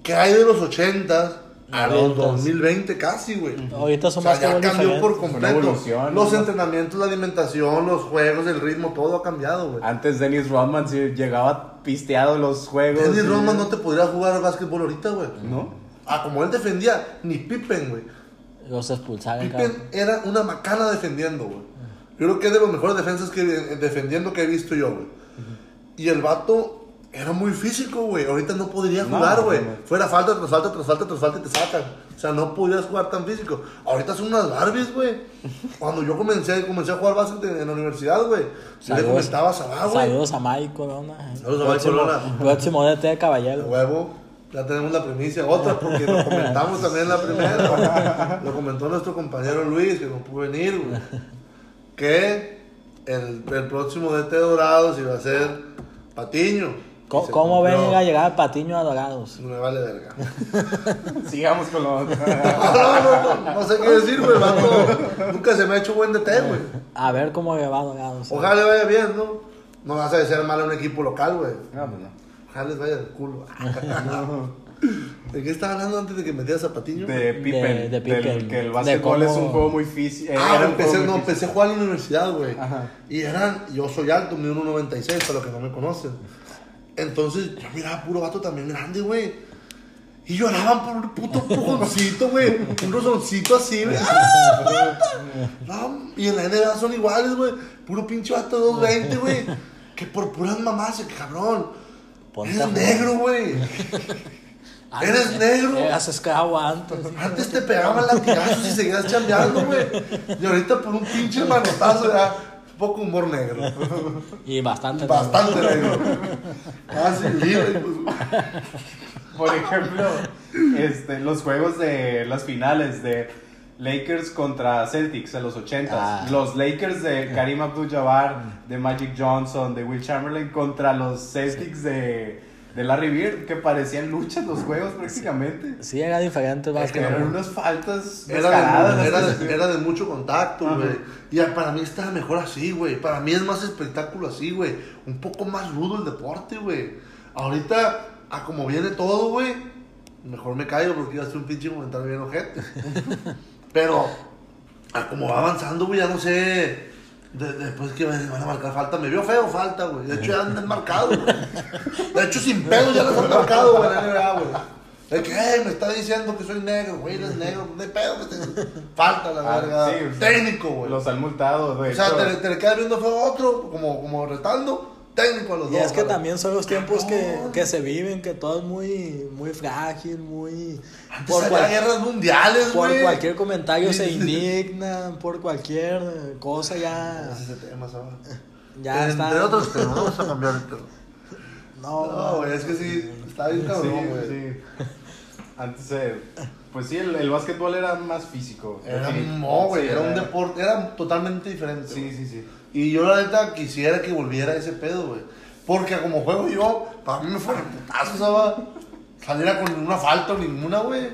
Speaker 2: ¿Qué hay de los 80s a los
Speaker 3: 90s?
Speaker 2: 2020 casi, güey?
Speaker 3: ahorita es
Speaker 2: O
Speaker 3: un
Speaker 2: sea, ya
Speaker 3: básquetbol
Speaker 2: cambió
Speaker 3: diferente.
Speaker 2: por
Speaker 1: Una
Speaker 2: completo.
Speaker 1: evolución,
Speaker 2: Los
Speaker 1: ¿no?
Speaker 2: entrenamientos, la alimentación, los juegos, el ritmo, todo ha cambiado, güey.
Speaker 1: Antes Dennis Rodman sí llegaba pisteado a los juegos.
Speaker 2: Dennis
Speaker 1: y-
Speaker 2: Rodman no te podría jugar al básquetbol ahorita, güey.
Speaker 1: ¿No?
Speaker 2: Ah, como él defendía, ni Pippen, güey.
Speaker 3: Los
Speaker 1: Ah,
Speaker 3: expulsaron. cabrón.
Speaker 2: Pippen era una macana defendiendo, güey. Yo creo que es de los mejores defensas que eh, defendiendo que he visto yo, güey. Y el vato era muy físico, güey. Ahorita no podría
Speaker 1: No,
Speaker 2: jugar, güey.
Speaker 1: no.
Speaker 2: Fuera falta tras falta tras falta tras falta y te sacan. O sea, no podías jugar tan físico. Ahorita son unas Barbies, güey. Cuando yo comencé, comencé a jugar básquet en, en la universidad, güey. Yo le
Speaker 3: Saludos.
Speaker 2: comentaba a Sabá, Ah, güey.
Speaker 3: Saludos a Mike Corona.
Speaker 2: Saludos a Mike
Speaker 3: Próximo-
Speaker 2: Corona.
Speaker 3: Próximo DT de
Speaker 2: De
Speaker 3: Caballero.
Speaker 2: huevo, ya tenemos la primicia, otra, porque lo comentamos también en la primera. Lo comentó nuestro compañero Luis, que no pudo venir, güey. Que el, el próximo DT Dorados iba a ser Patiño. Y
Speaker 3: ¿Cómo,
Speaker 2: se
Speaker 3: cómo ven
Speaker 2: cumplió. pues,
Speaker 3: la llegada de Patiño a Dorados?
Speaker 2: Me vale verga.
Speaker 1: Sigamos con lo
Speaker 2: No, no, no, no sé qué decir, güey, vato. Nunca se me ha hecho buen DT, güey.
Speaker 3: A ver cómo le va a Dorados.
Speaker 2: Ojalá le vaya bien, ¿no? No vas a desear mal a un equipo local, güey.
Speaker 1: No, pues no.
Speaker 2: Ojalá les vaya del culo. ¿De qué estaba hablando antes de que metieras a Patiño?
Speaker 1: De Pippen.
Speaker 3: de
Speaker 1: del
Speaker 3: Pippen.
Speaker 1: que el
Speaker 3: De
Speaker 1: básquetbol es
Speaker 3: cómo-
Speaker 1: un juego muy físico. eh,
Speaker 2: Ah, empecé, no, empecé a jugar en la universidad, güey.
Speaker 1: Ajá.
Speaker 2: Y eran, yo soy alto, mido 1.96, para los que no me conocen. Entonces, yo miraba puro vato también grande, güey. Y lloraban por un puto pujoncito, güey. Un rosoncito así, güey. ¡Ah, vato! No, y en la NBA son iguales, güey. Puro pinche vato de 220, güey. Que por puras mamás, cabrón.
Speaker 3: Ponte a
Speaker 2: Eres
Speaker 3: jugar.
Speaker 2: negro, güey.
Speaker 3: Ay,
Speaker 2: eres negro.
Speaker 3: Eras esclavo antes.
Speaker 2: Pues, Antes te pegaban latigazos y seguías chambeando, güey. Y ahorita por un pinche manotazo, ya. Poco humor negro.
Speaker 3: Y bastante.
Speaker 2: Bastante negro. Casi libre, pues. güey.
Speaker 1: Por ejemplo, este, los juegos de las finales de Lakers contra Celtics en los 80s.
Speaker 3: Ah.
Speaker 1: Los Lakers de Karim Abdul-Jabbar, de Magic Johnson, de Will Chamberlain contra los Celtics de, de Larry Bird, que parecían luchas los juegos prácticamente.
Speaker 3: Sí, era diferente el
Speaker 1: Eran
Speaker 3: básquetbol.
Speaker 1: unas faltas
Speaker 2: Era
Speaker 1: descaradas.
Speaker 2: de, era de- era de mucho contacto, güey. Y ya para mí estaba mejor así, güey. Para mí es más espectáculo así, güey. Un poco más rudo el deporte, güey. Ahorita, a como viene todo, güey, mejor me callo porque iba a hacer un pinche comentario bien ojete. Pero, a como va avanzando, güey, ya no sé. de- después que van van a marcar falta, me vio feo falta, güey. De hecho, ya andan marcados, güey. De hecho, sin pedo ya las han marcado, güey, la NBA, güey. De que, "Ey, me está diciendo que soy negro, güey, eres negro, no hay pedo, güey. Falta la
Speaker 1: Ah,
Speaker 2: verga.
Speaker 1: sí, o sea,
Speaker 2: Técnico, güey.
Speaker 1: Los han multado, de
Speaker 2: O sea,
Speaker 1: hecho.
Speaker 2: te, te le quedas viendo fue otro, como, como retando. técnico a los
Speaker 3: Y
Speaker 2: dos.
Speaker 3: es que
Speaker 2: ojalá.
Speaker 3: también son los tiempos que, que se viven, que todo es muy, muy frágil, muy...
Speaker 2: Antes
Speaker 3: Por,
Speaker 2: había
Speaker 3: cual-
Speaker 2: guerras mundiales,
Speaker 3: por
Speaker 2: güey.
Speaker 3: cualquier comentario se indignan, por cualquier cosa ya...
Speaker 2: Ese tema, ¿sabes?
Speaker 3: Ya
Speaker 2: entre
Speaker 3: está...
Speaker 2: otros temas, vamos a cambiar el tema.
Speaker 3: No, Ah,
Speaker 2: No, güey, es que sí, está bien cabrón, güey.
Speaker 1: sí. Antes, eh, pues sí, el, el básquetbol era más físico.
Speaker 2: Era
Speaker 1: definit-
Speaker 2: un mo, güey,
Speaker 1: sí,
Speaker 2: era un deporte, era totalmente diferente.
Speaker 1: Sí,
Speaker 2: güey.
Speaker 1: sí, sí.
Speaker 2: Y yo la neta quisiera que volviera ese pedo, güey. Porque como juego yo, para mí me fue el putazo, ¿sabes? Saliera con una falta o ninguna, güey.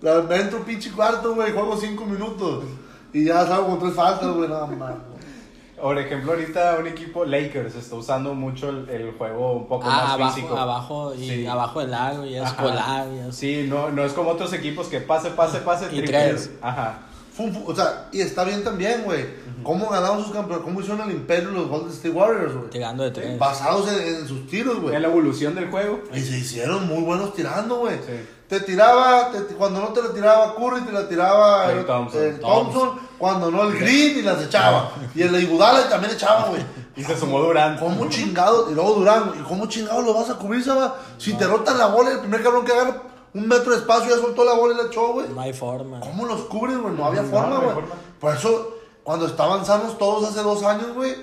Speaker 2: La me entro un pinche cuarto, güey, juego cinco minutos. Y ya salgo con tres faltas, güey, nada más. güey.
Speaker 1: Por ejemplo, ahorita un equipo Lakers está usando mucho el, el juego un poco
Speaker 3: Ah,
Speaker 1: más
Speaker 3: abajo,
Speaker 1: físico.
Speaker 3: abajo, y
Speaker 1: Sí.
Speaker 3: abajo del lago, y es
Speaker 1: Ajá.
Speaker 3: colar, y es-
Speaker 1: Sí, no, no es como otros equipos que pase, pase, pase,
Speaker 3: Y
Speaker 1: triple.
Speaker 3: tres.
Speaker 1: Ajá.
Speaker 2: Fum, fu- O sea, y está bien también, güey. ¿Cómo ganaron sus campeones? ¿Cómo hicieron el imperio los Golden State Warriors, güey?
Speaker 3: Tirando de tres.
Speaker 2: Basados en, en sus tiros, güey.
Speaker 1: Es la evolución del juego.
Speaker 2: Y se hicieron muy buenos tirando, güey.
Speaker 1: Sí.
Speaker 2: Te tiraba, te- cuando no te la tiraba Curry, te la tiraba
Speaker 1: Clay
Speaker 2: el-
Speaker 1: Thompson.
Speaker 2: el Thompson, cuando no el Green y las echaba. Y el Iguodala también echaba, güey.
Speaker 1: Y se sumó Durant.
Speaker 2: ¿Cómo chingado? Y luego Durán, güey, ¿y cómo chingado lo vas a cubrir, Saba? Si te rotan la bola, el primer cabrón que agarra un metro de espacio ya soltó la bola y la echó, güey.
Speaker 3: No hay forma.
Speaker 2: ¿Cómo los cubres, güey? No había
Speaker 1: No,
Speaker 2: forma,
Speaker 1: no hay
Speaker 2: güey.
Speaker 1: forma.
Speaker 2: Por eso, cuando estaban sanos todos hace dos años, güey,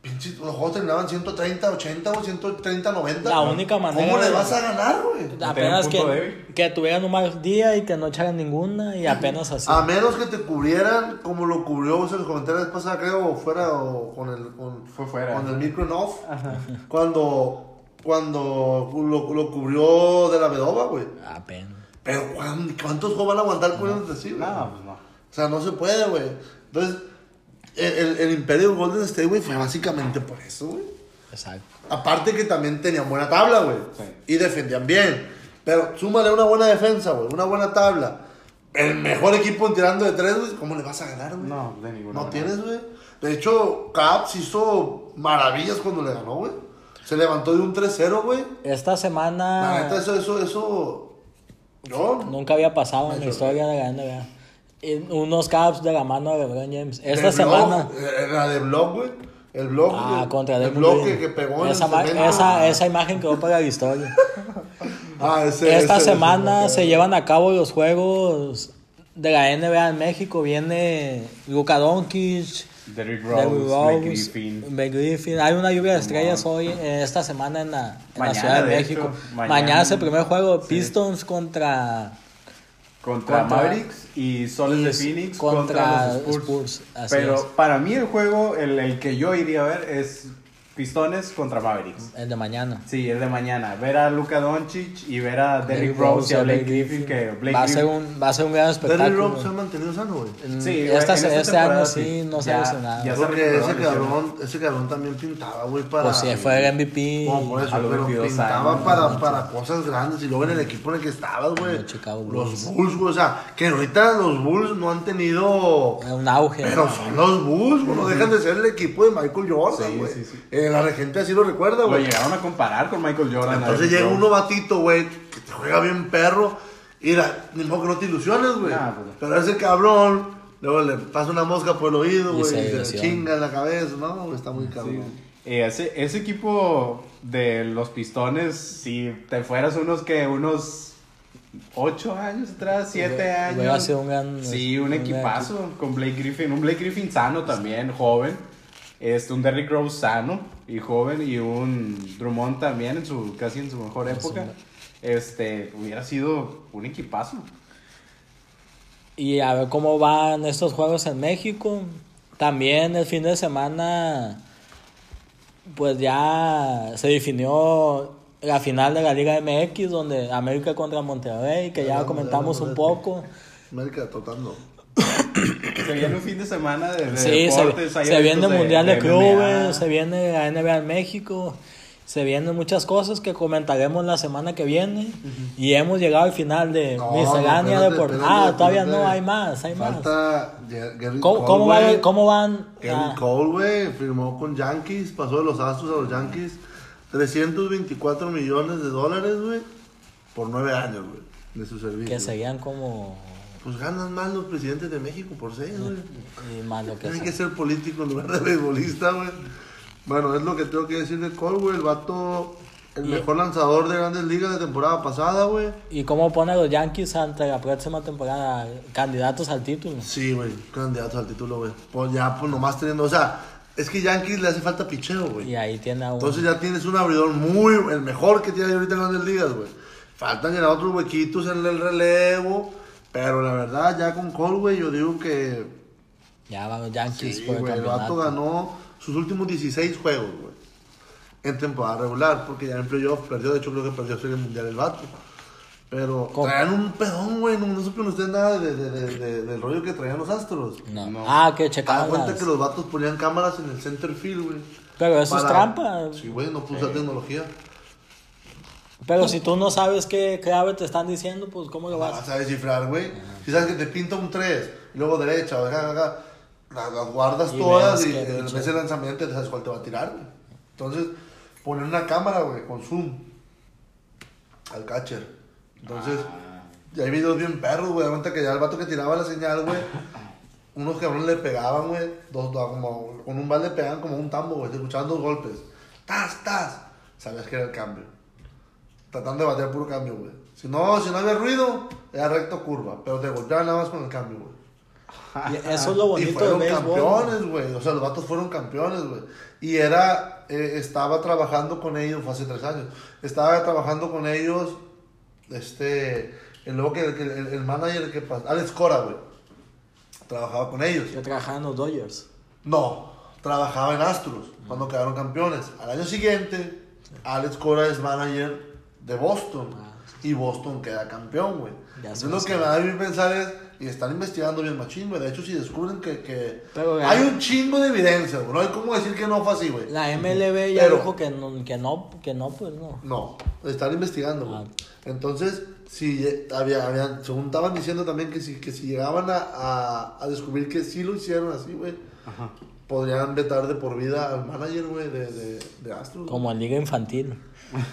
Speaker 2: pinches, los juegos terminaban 130, 80 o 130, 90.
Speaker 3: La única manera
Speaker 2: ¿Cómo le
Speaker 3: de-
Speaker 2: vas a ganar, güey?
Speaker 1: un
Speaker 3: Apenas
Speaker 1: punto
Speaker 3: que,
Speaker 1: débil.
Speaker 3: que tuvieran un mal día y que no echaran ninguna y apenas así.
Speaker 2: A menos que te cubrieran como lo cubrió o sea, los comentarios pasada, creo, o fuera o con el, con,
Speaker 1: Fue fuera.
Speaker 2: con el micro en off. Cuando, cuando lo, lo cubrió de la Vedova, güey.
Speaker 3: Apenas.
Speaker 2: Pero ¿cuán- ¿cuántos juegos van a aguantar cubriéndose así, güey?
Speaker 1: No, pues no.
Speaker 2: O sea, no se puede, güey. Entonces, el, el, el imperio de Golden State, güey, fue básicamente por eso, güey.
Speaker 3: Exacto.
Speaker 2: Aparte que también tenían buena tabla, güey.
Speaker 1: Sí.
Speaker 2: Y defendían bien. Pero súmale una buena defensa, güey. Una buena tabla. El mejor equipo en tirando de tres, güey. ¿Cómo le vas a ganar, güey?
Speaker 1: No, de ninguna
Speaker 2: No
Speaker 1: manera.
Speaker 2: tienes, güey. De hecho, Caps hizo maravillas cuando le ganó, güey. Se levantó de un 3-0, güey.
Speaker 3: Esta
Speaker 2: La
Speaker 3: semana
Speaker 2: neta, eso, eso, eso... Yo...
Speaker 3: nunca había pasado en la
Speaker 2: Eso.
Speaker 3: historia de la NBA. Y unos caps de la mano de LeBron James.
Speaker 2: el
Speaker 3: Esta
Speaker 2: blog,
Speaker 3: semana.
Speaker 2: eh, La de blog, güey. El blog.
Speaker 3: Ah,
Speaker 2: güey.
Speaker 3: contra
Speaker 2: El
Speaker 3: Draymond
Speaker 2: blog
Speaker 3: Green.
Speaker 2: que, que pegó en
Speaker 3: esa,
Speaker 2: el
Speaker 3: ma-
Speaker 2: cemento.
Speaker 3: esa, esa imagen quedó para la historia.
Speaker 2: Ah, ese-
Speaker 3: Esta
Speaker 2: ese-
Speaker 3: semana
Speaker 2: ese-
Speaker 3: se llevan a cabo los juegos de la NBA en México. Viene Luka Doncic,
Speaker 1: Derrick Rose,
Speaker 3: Derrick Rose, mm,
Speaker 1: Blake Griffin.
Speaker 3: Blake Griffin. Hay una lluvia de estrellas hoy, eh, esta semana en la, en la
Speaker 1: Mañana,
Speaker 3: Ciudad de,
Speaker 1: de hecho,
Speaker 3: México. mañana.
Speaker 1: mañana.
Speaker 3: es el primer juego, Pistons contra...
Speaker 1: Contra,
Speaker 3: Contra-
Speaker 1: Mavericks y Soles
Speaker 3: y
Speaker 1: de
Speaker 3: es-
Speaker 1: Phoenix
Speaker 3: contra
Speaker 1: contra, los Spurs.
Speaker 3: Spurs, así
Speaker 1: Pero
Speaker 3: es.
Speaker 1: para mí el juego, el, el que yo iría a ver es Pistones contra Mavericks.
Speaker 3: El de mañana.
Speaker 1: Sí, el de mañana. Ver a Luka Doncic y ver a Derrick
Speaker 3: Derrick
Speaker 1: Rose y a Blake
Speaker 3: Blake
Speaker 1: Griffin, que Blake
Speaker 3: va, a ser
Speaker 1: Griffin...
Speaker 3: un, va a ser un gran
Speaker 2: Derrick
Speaker 3: espectáculo.
Speaker 2: Rose se ha mantenido sano, güey.
Speaker 3: Mm,
Speaker 1: Sí,
Speaker 3: esta-
Speaker 1: en esta
Speaker 3: este año
Speaker 1: temporada
Speaker 3: sí
Speaker 1: sí.
Speaker 3: no se
Speaker 1: Ya-
Speaker 3: ha lesionado.
Speaker 1: ya- se
Speaker 2: Porque
Speaker 1: recuperó
Speaker 2: ese
Speaker 1: de lesión.
Speaker 2: cabrón, ese cabrón también pintaba, güey, para...
Speaker 3: Pues sí, fue el MVP.
Speaker 2: Como por eso,
Speaker 1: a los
Speaker 2: pero
Speaker 1: 22
Speaker 2: pintaba
Speaker 1: años,
Speaker 2: para, para cosas grandes. Y luego en el equipo en el que estabas, güey.
Speaker 3: Los Chicago Bulls.
Speaker 2: Los Bulls, güey. O sea, que ahorita los Bulls no han tenido...
Speaker 3: Era un auge.
Speaker 2: Pero son los Bulls, güey. No dejan de ser el equipo de Michael Jordan,
Speaker 1: Sí,
Speaker 2: güey.
Speaker 1: sí, sí.
Speaker 2: Eh, la gente así lo recuerda,
Speaker 1: Lo
Speaker 2: güey.
Speaker 1: llegaron a comparar con Michael Jordan. Derrick
Speaker 2: Entonces llega
Speaker 1: Rose.
Speaker 2: un novatito, güey, que te juega bien perro. Y la, ni modo que no te ilusiones, güey.
Speaker 1: Nah, pues.
Speaker 2: Pero ese cabrón, luego le pasa una mosca por el oído,
Speaker 3: Y
Speaker 2: güey, y
Speaker 3: se
Speaker 2: se le
Speaker 3: lesiona.
Speaker 2: chinga en la cabeza. No, güey, está muy cabrón.
Speaker 1: Eh, ese, ese equipo de los pistones, si te fueras unos que unos 8 años atrás, 7
Speaker 3: Hubiera-
Speaker 1: años.
Speaker 3: hubiera sido un gran-
Speaker 1: sí, un
Speaker 3: un gran
Speaker 1: equipazo con Blake Griffin. Un Blake Griffin sano también, joven. Este, un Derrick Rose sano y joven. Y un Drummond también en su, casi en su mejor época. Este, hubiera sido un equipazo.
Speaker 3: Y a ver cómo van estos juegos en México. También el fin de semana, pues ya se definió la final de la Liga MX, donde América contra Monterrey, que ya
Speaker 2: Hablamos-
Speaker 3: comentamos
Speaker 2: hablamos
Speaker 3: un
Speaker 2: de-
Speaker 3: poco.
Speaker 2: América tratando.
Speaker 1: Se viene un fin de semana de, de
Speaker 3: Sí, se,
Speaker 1: deportes, hay
Speaker 3: se viene
Speaker 1: eventos
Speaker 3: el Mundial de,
Speaker 1: NBA.
Speaker 3: Clubes, se viene la NBA en México, se vienen muchas cosas que comentaremos la semana que viene. Y hemos llegado al final de
Speaker 2: No,
Speaker 3: Miscelánea
Speaker 2: no, espérate,
Speaker 3: Deportiva.
Speaker 2: espérate,
Speaker 3: Ah, todavía
Speaker 2: espérate.
Speaker 3: no, hay más, hay más.
Speaker 2: Falta Ger- Gerrit
Speaker 3: ¿Cómo,
Speaker 2: Cole,
Speaker 3: cómo va-
Speaker 2: güey.
Speaker 3: cómo van?
Speaker 2: Gerrit
Speaker 3: Ah,
Speaker 2: Cole, güey, firmó con Yankees, pasó de los Astros a los Yankees. 324 millones de dólares, güey, por nueve años, güey, de su servicio.
Speaker 3: que serían como.
Speaker 2: Pues ganan más los presidentes de México por seis, güey.
Speaker 3: Y eh, más lo que
Speaker 2: Tienen
Speaker 3: sea.
Speaker 2: que ser político en lugar de beisbolista, güey. Bueno, es lo que tengo que decir de Cole, güey. El vato, el mejor lanzador de grandes ligas de temporada pasada, güey.
Speaker 3: ¿Y cómo pone a los Yankees ante la próxima temporada? Candidatos al título.
Speaker 2: Sí, güey, candidato al título, güey. Pues ya, pues nomás teniendo, o sea, es que Yankees le hace falta picheo, güey.
Speaker 3: Y ahí tiene a uno.
Speaker 2: Entonces ya tienes un abridor muy, el mejor que tiene ahorita en grandes ligas, güey. Faltan llenar otros huequitos en el relevo, pero la verdad, ya con Cole, güey, yo digo que,
Speaker 3: Ya van los Yankees
Speaker 2: sí,
Speaker 3: por el
Speaker 2: güey, el vato
Speaker 3: campeonato.
Speaker 2: ganó sus últimos 16 juegos, güey. En temporada regular, porque ya en playoff perdió, de hecho creo que perdió Serie Mundial el vato. Pero
Speaker 3: ¿Cómo?
Speaker 2: traían un pedón, güey, no, no supieron ustedes nada de- de- de- de- del rollo que traían los Astros.
Speaker 3: No.
Speaker 1: No.
Speaker 3: Ah, que
Speaker 2: Te das
Speaker 3: checaban
Speaker 2: cuenta
Speaker 3: las-
Speaker 2: que los vatos ponían cámaras en el center field, güey.
Speaker 3: Pero eso es
Speaker 2: Para-
Speaker 3: trampa.
Speaker 2: Sí, güey, no puse tecnología.
Speaker 3: Pero si tú no sabes qué clave te están diciendo, pues ¿cómo lo
Speaker 2: La
Speaker 3: vas?
Speaker 2: vas a descifrar, güey. Si sabes que te pinta un 3, y luego derecha, o acá, acá, las, las guardas
Speaker 3: Y
Speaker 2: todas
Speaker 3: ves
Speaker 2: y
Speaker 3: qué
Speaker 2: eh,
Speaker 3: pinche-
Speaker 2: ves el lanzamiento y sabes cuál te va a tirar, güey. Entonces, poner una cámara, güey, con zoom al catcher. Entonces, y hay videos bien perros, güey. de cuenta que ya el vato que tiraba la señal, güey, unos cabrones le pegaban, güey, dos, dos- como, con un bal le pegaban como un tambo, güey. Te escuchaban dos golpes. ¡Tas, tas! Sabías que era el cambio. Tratando de batear puro cambio, güey. Si no, si no había ruido, era recto curva. Pero te golpeaban nada más con el cambio, güey.
Speaker 3: Y eso es lo
Speaker 2: Y
Speaker 3: bonito del
Speaker 2: fueron
Speaker 3: béisbol.
Speaker 2: campeones, güey. O sea, los vatos fueron campeones, güey. Y era, eh, estaba trabajando con ellos, fue hace tres años. Estaba trabajando con ellos, este, el luego que, que- el, el manager que pasó, Alex Cora, güey. Trabajaba con ellos.
Speaker 3: Yo trabajaba en los Dodgers.
Speaker 2: No, trabajaba en Astros cuando quedaron campeones. Al año siguiente, Alex Cora es manager de Boston
Speaker 3: Ah.
Speaker 2: y Boston queda campeón, güey.
Speaker 3: Ya
Speaker 2: Entonces
Speaker 3: se
Speaker 2: lo
Speaker 3: nos
Speaker 2: que me
Speaker 3: queda.
Speaker 2: da a mí pensar es, y están investigando bien machín, güey. De hecho, si descubren que, que
Speaker 3: Pero,
Speaker 2: hay
Speaker 3: güey.
Speaker 2: un chingo de evidencia, güey. No hay cómo decir que no fue así, güey.
Speaker 3: La MLB ya
Speaker 2: Pero-
Speaker 3: dijo que no, que no, que no, pues no.
Speaker 2: No, están investigando, güey.
Speaker 3: Ah.
Speaker 2: Entonces, si eh, había, habían, según estaban diciendo también que si, que si llegaban a, a- a descubrir que sí lo hicieron así, güey,
Speaker 1: Ajá.
Speaker 2: podrían vetar de por vida al manager, güey, de, de, de Astros. güey.
Speaker 3: Como en Liga Infantil.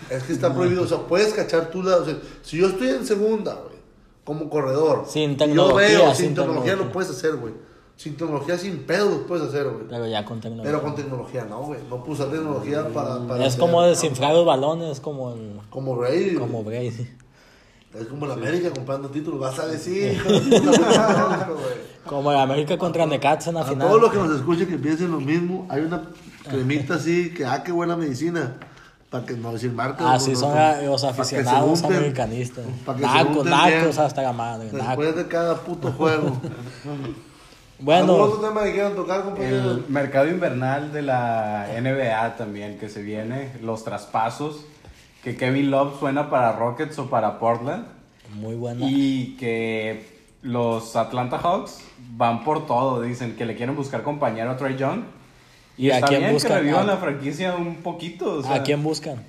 Speaker 2: Es que está prohibido, o sea, puedes cachar tú la... o sea, si yo estoy en segunda, güey, como corredor.
Speaker 3: Sin
Speaker 2: y
Speaker 3: tecnología,
Speaker 2: Yo veo, sin,
Speaker 3: sin
Speaker 2: tecnología,
Speaker 3: tecnología.
Speaker 2: lo puedes hacer, güey. Sin tecnología, sin pedo lo puedes hacer, güey.
Speaker 3: Pero ya con tecnología.
Speaker 2: Pero con tecnología no, güey. No puse tecnología para... para
Speaker 3: es como
Speaker 2: hacer-
Speaker 3: desinflar los balones, como, el-
Speaker 2: Como Brady, güey.
Speaker 3: como Brady.
Speaker 2: Es como la América comprando títulos. Vas a decir, hijo de su puta madre, güey.
Speaker 3: Como el América contra Necaxa en la
Speaker 2: A
Speaker 3: final.
Speaker 2: todos los que nos escuchen que piensen lo mismo, hay una cremita así que, ah, qué buena medicina. Para que no decir marcas.
Speaker 3: Así
Speaker 2: no,
Speaker 3: Ah, son
Speaker 2: no,
Speaker 3: la-
Speaker 2: no.
Speaker 3: los
Speaker 2: Pa' que se
Speaker 3: aficionados
Speaker 2: unten,
Speaker 3: americanistas.
Speaker 2: pa' que se
Speaker 3: Nacos,
Speaker 2: unten
Speaker 3: nacos
Speaker 2: bien
Speaker 3: hasta la madre. nacos.
Speaker 2: Después de cada puto juego. ¿Algún
Speaker 3: Bueno,
Speaker 2: otro tema que quieran tocar, compañeros?
Speaker 1: El mercado invernal de la NBA también que se viene, los traspasos, que Kevin Love suena para Rockets o para Portland
Speaker 3: muy buena.
Speaker 1: y que los Atlanta Hawks van por todo, dicen que le quieren buscar compañero a Trey Young. Y,
Speaker 3: ¿Y a
Speaker 1: está
Speaker 3: quién
Speaker 1: bien
Speaker 3: buscan?
Speaker 1: que revivan
Speaker 3: ¿A-
Speaker 1: la franquicia un poquito, o sea,
Speaker 3: ¿A quién buscan?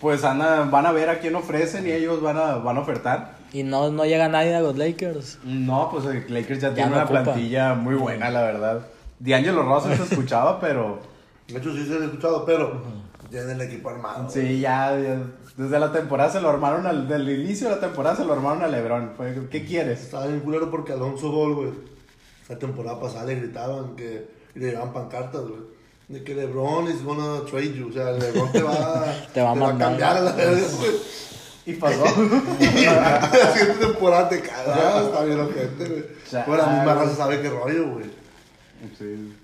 Speaker 1: pues anda- van a ver a quién ofrecen y ellos van a, van a ofertar.
Speaker 3: Y no, no llega nadie a los Lakers.
Speaker 1: No, pues el Lakers ya, tiene
Speaker 3: no
Speaker 1: una
Speaker 3: ocupa.
Speaker 1: plantilla muy buena, la verdad. D'Angelo Ross se escuchaba, pero...
Speaker 2: De hecho, sí se han escuchado, pero ya en el equipo armado.
Speaker 1: Sí, ya, ya. Desde la temporada se lo armaron al. Del inicio de la temporada se lo armaron a Lebron. Fue, ¿Qué quieres?
Speaker 2: Estaba bien culero porque Alonso Gol, güey. La temporada pasada le gritaban que. Y le llevaban pancartas, güey. De que LeBron is gonna trade you. O sea, LeBron te va,
Speaker 3: Te va a mandar.
Speaker 2: cambiar a la verga, güey.
Speaker 1: Y pasó.
Speaker 2: Y la siguiente temporada te cagas. Está bien, la gente, güey.
Speaker 1: Chale.
Speaker 2: Bueno, la misma raza sabe qué rollo, güey.
Speaker 1: Sí.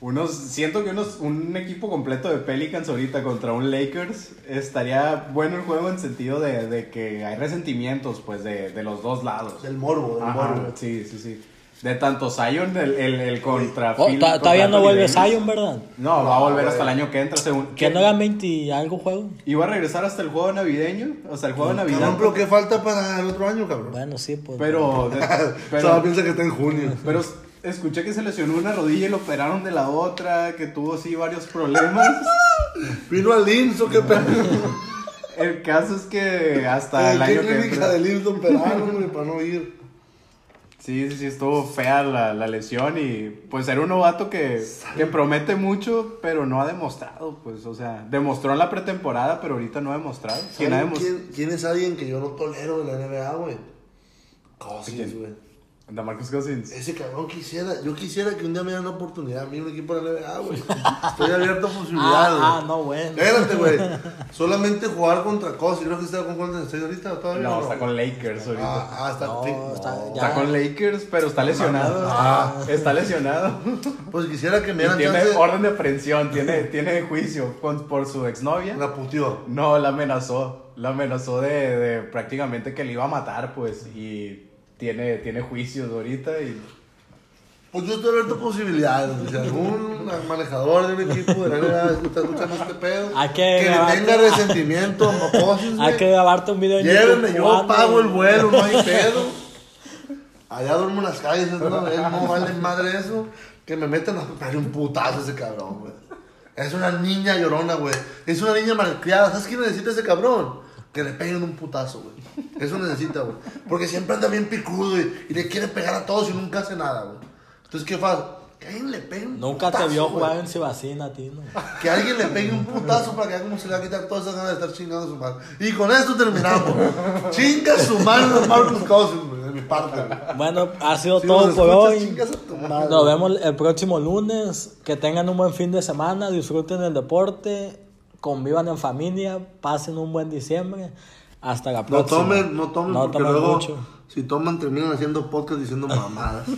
Speaker 1: Unos, siento que unos, un equipo completo de Pelicans ahorita contra un Lakers estaría bueno el juego en sentido de, de que hay resentimientos, pues, de, de los dos lados.
Speaker 2: Del morbo, del
Speaker 1: Ajá,
Speaker 2: morbo.
Speaker 1: sí, sí, sí. De tanto Zion, el, el, el contra.
Speaker 3: Oh,
Speaker 1: Phil-
Speaker 3: ta- todavía
Speaker 1: contra
Speaker 3: no
Speaker 1: Anthony
Speaker 3: vuelve
Speaker 1: Davis.
Speaker 3: Zion, ¿verdad?
Speaker 1: No, va a
Speaker 2: No,
Speaker 1: volver
Speaker 2: güey.
Speaker 1: hasta el año que entra, según.
Speaker 3: Que no eran 20 y algo juego.
Speaker 1: Iba a regresar hasta el juego navideño, o sea, el juego de navidad.
Speaker 2: Cabrón, pero ¿qué falta para el otro año, cabrón?
Speaker 3: Bueno, sí, pues.
Speaker 1: Pero,
Speaker 2: Solo
Speaker 1: pero,
Speaker 2: piensa que está en junio.
Speaker 1: pero escuché que se lesionó una rodilla y lo operaron de la otra, que tuvo sí varios problemas.
Speaker 2: Vino al IMSS, ¿o qué pedo.
Speaker 1: El caso es que hasta el
Speaker 2: ¿En qué
Speaker 1: año que
Speaker 2: clínica
Speaker 1: entra-
Speaker 2: de IMSS lo operaron, güey, para no ir?
Speaker 1: Sí, sí, sí, estuvo fea la, la lesión y pues era un novato que, que promete mucho, pero no ha demostrado, pues, o sea, demostró en la pretemporada, pero ahorita no ha demostrado. ¿Quién ha
Speaker 2: ¿Saben
Speaker 1: demostrado?
Speaker 2: ¿Quién, quién es alguien que yo no tolero en la NBA, güey? Cousins,
Speaker 1: ¿Quién?
Speaker 2: güey.
Speaker 1: Marcus Cousins.
Speaker 2: Ese cabrón quisiera, yo quisiera que un día me dieran una oportunidad a mí, un equipo de la NBA, güey. Estoy abierto a posibilidades.
Speaker 3: Ah, ah,
Speaker 2: güey.
Speaker 3: no, bueno.
Speaker 2: Espérate, güey. Solamente jugar contra cosas. Creo que está con Golden State ahorita todavía.
Speaker 1: No,
Speaker 2: o
Speaker 1: está con Lakers ahorita.
Speaker 2: Ah, ah, está
Speaker 3: No,
Speaker 2: sí,
Speaker 3: está-
Speaker 2: no.
Speaker 3: ya.
Speaker 1: Está con Lakers, pero está lesionado.
Speaker 2: Ah.
Speaker 1: Está lesionado.
Speaker 2: Pues quisiera que me
Speaker 1: Y
Speaker 2: dieran
Speaker 1: tiene
Speaker 2: chance.
Speaker 1: orden de aprehensión, tiene, tiene juicio con- por su exnovia.
Speaker 2: La puteó.
Speaker 1: No, la amenazó. La amenazó de, de prácticamente que le iba a matar, pues. Y tiene, tiene juicios ahorita y.
Speaker 2: Pues yo estoy abierto a posibilidades. güey. Si algún manejador de un equipo de la NBA está escuchando este pedo,
Speaker 3: Hay que
Speaker 2: le
Speaker 3: grabarte.
Speaker 2: tenga resentimiento a Cousins,
Speaker 3: Hay
Speaker 2: güey.
Speaker 3: que grabarte un video en
Speaker 2: Llévenme,
Speaker 3: YouTube
Speaker 2: yo
Speaker 3: jugando,
Speaker 2: pago
Speaker 3: güey.
Speaker 2: el vuelo, no hay pedo. Allá duermo en las calles, es una vez, no vale madre eso. Que me metan a pegar un putazo a ese cabrón, güey. Es una niña llorona, güey. Es una niña malcriada. ¿Sabes qué necesita ese cabrón? Que le peguen un putazo, güey. Eso necesita, güey. Porque siempre anda bien picudo y, y le quiere pegar a todos y nunca hace nada, güey. Entonces, ¿qué pasa? Que alguien le pegue un
Speaker 3: Nunca te
Speaker 2: putazo,
Speaker 3: vio
Speaker 2: güey.
Speaker 3: jugar en Cibacina a ti, ¿no?
Speaker 2: Que alguien le pegue un putazo para que haga como se le va a quitar todas esas ganas de estar chingando a su madre. Y con esto terminamos. Chinga su madre los Marcus Cousins, güey, de mi parte. güey.
Speaker 3: Bueno, ha sido
Speaker 2: Si
Speaker 3: todo
Speaker 2: nos
Speaker 3: por
Speaker 2: escuchas,
Speaker 3: hoy.
Speaker 2: chingas a tu madre.
Speaker 3: Nos vemos el próximo lunes. Que tengan un buen fin de semana, disfruten el deporte, convivan en familia, pasen un buen diciembre. Hasta la
Speaker 2: No
Speaker 3: próxima.
Speaker 2: tomen, no tomen, porque
Speaker 3: tomen
Speaker 2: luego
Speaker 3: mucho.
Speaker 2: si toman terminan haciendo podcast diciendo mamadas.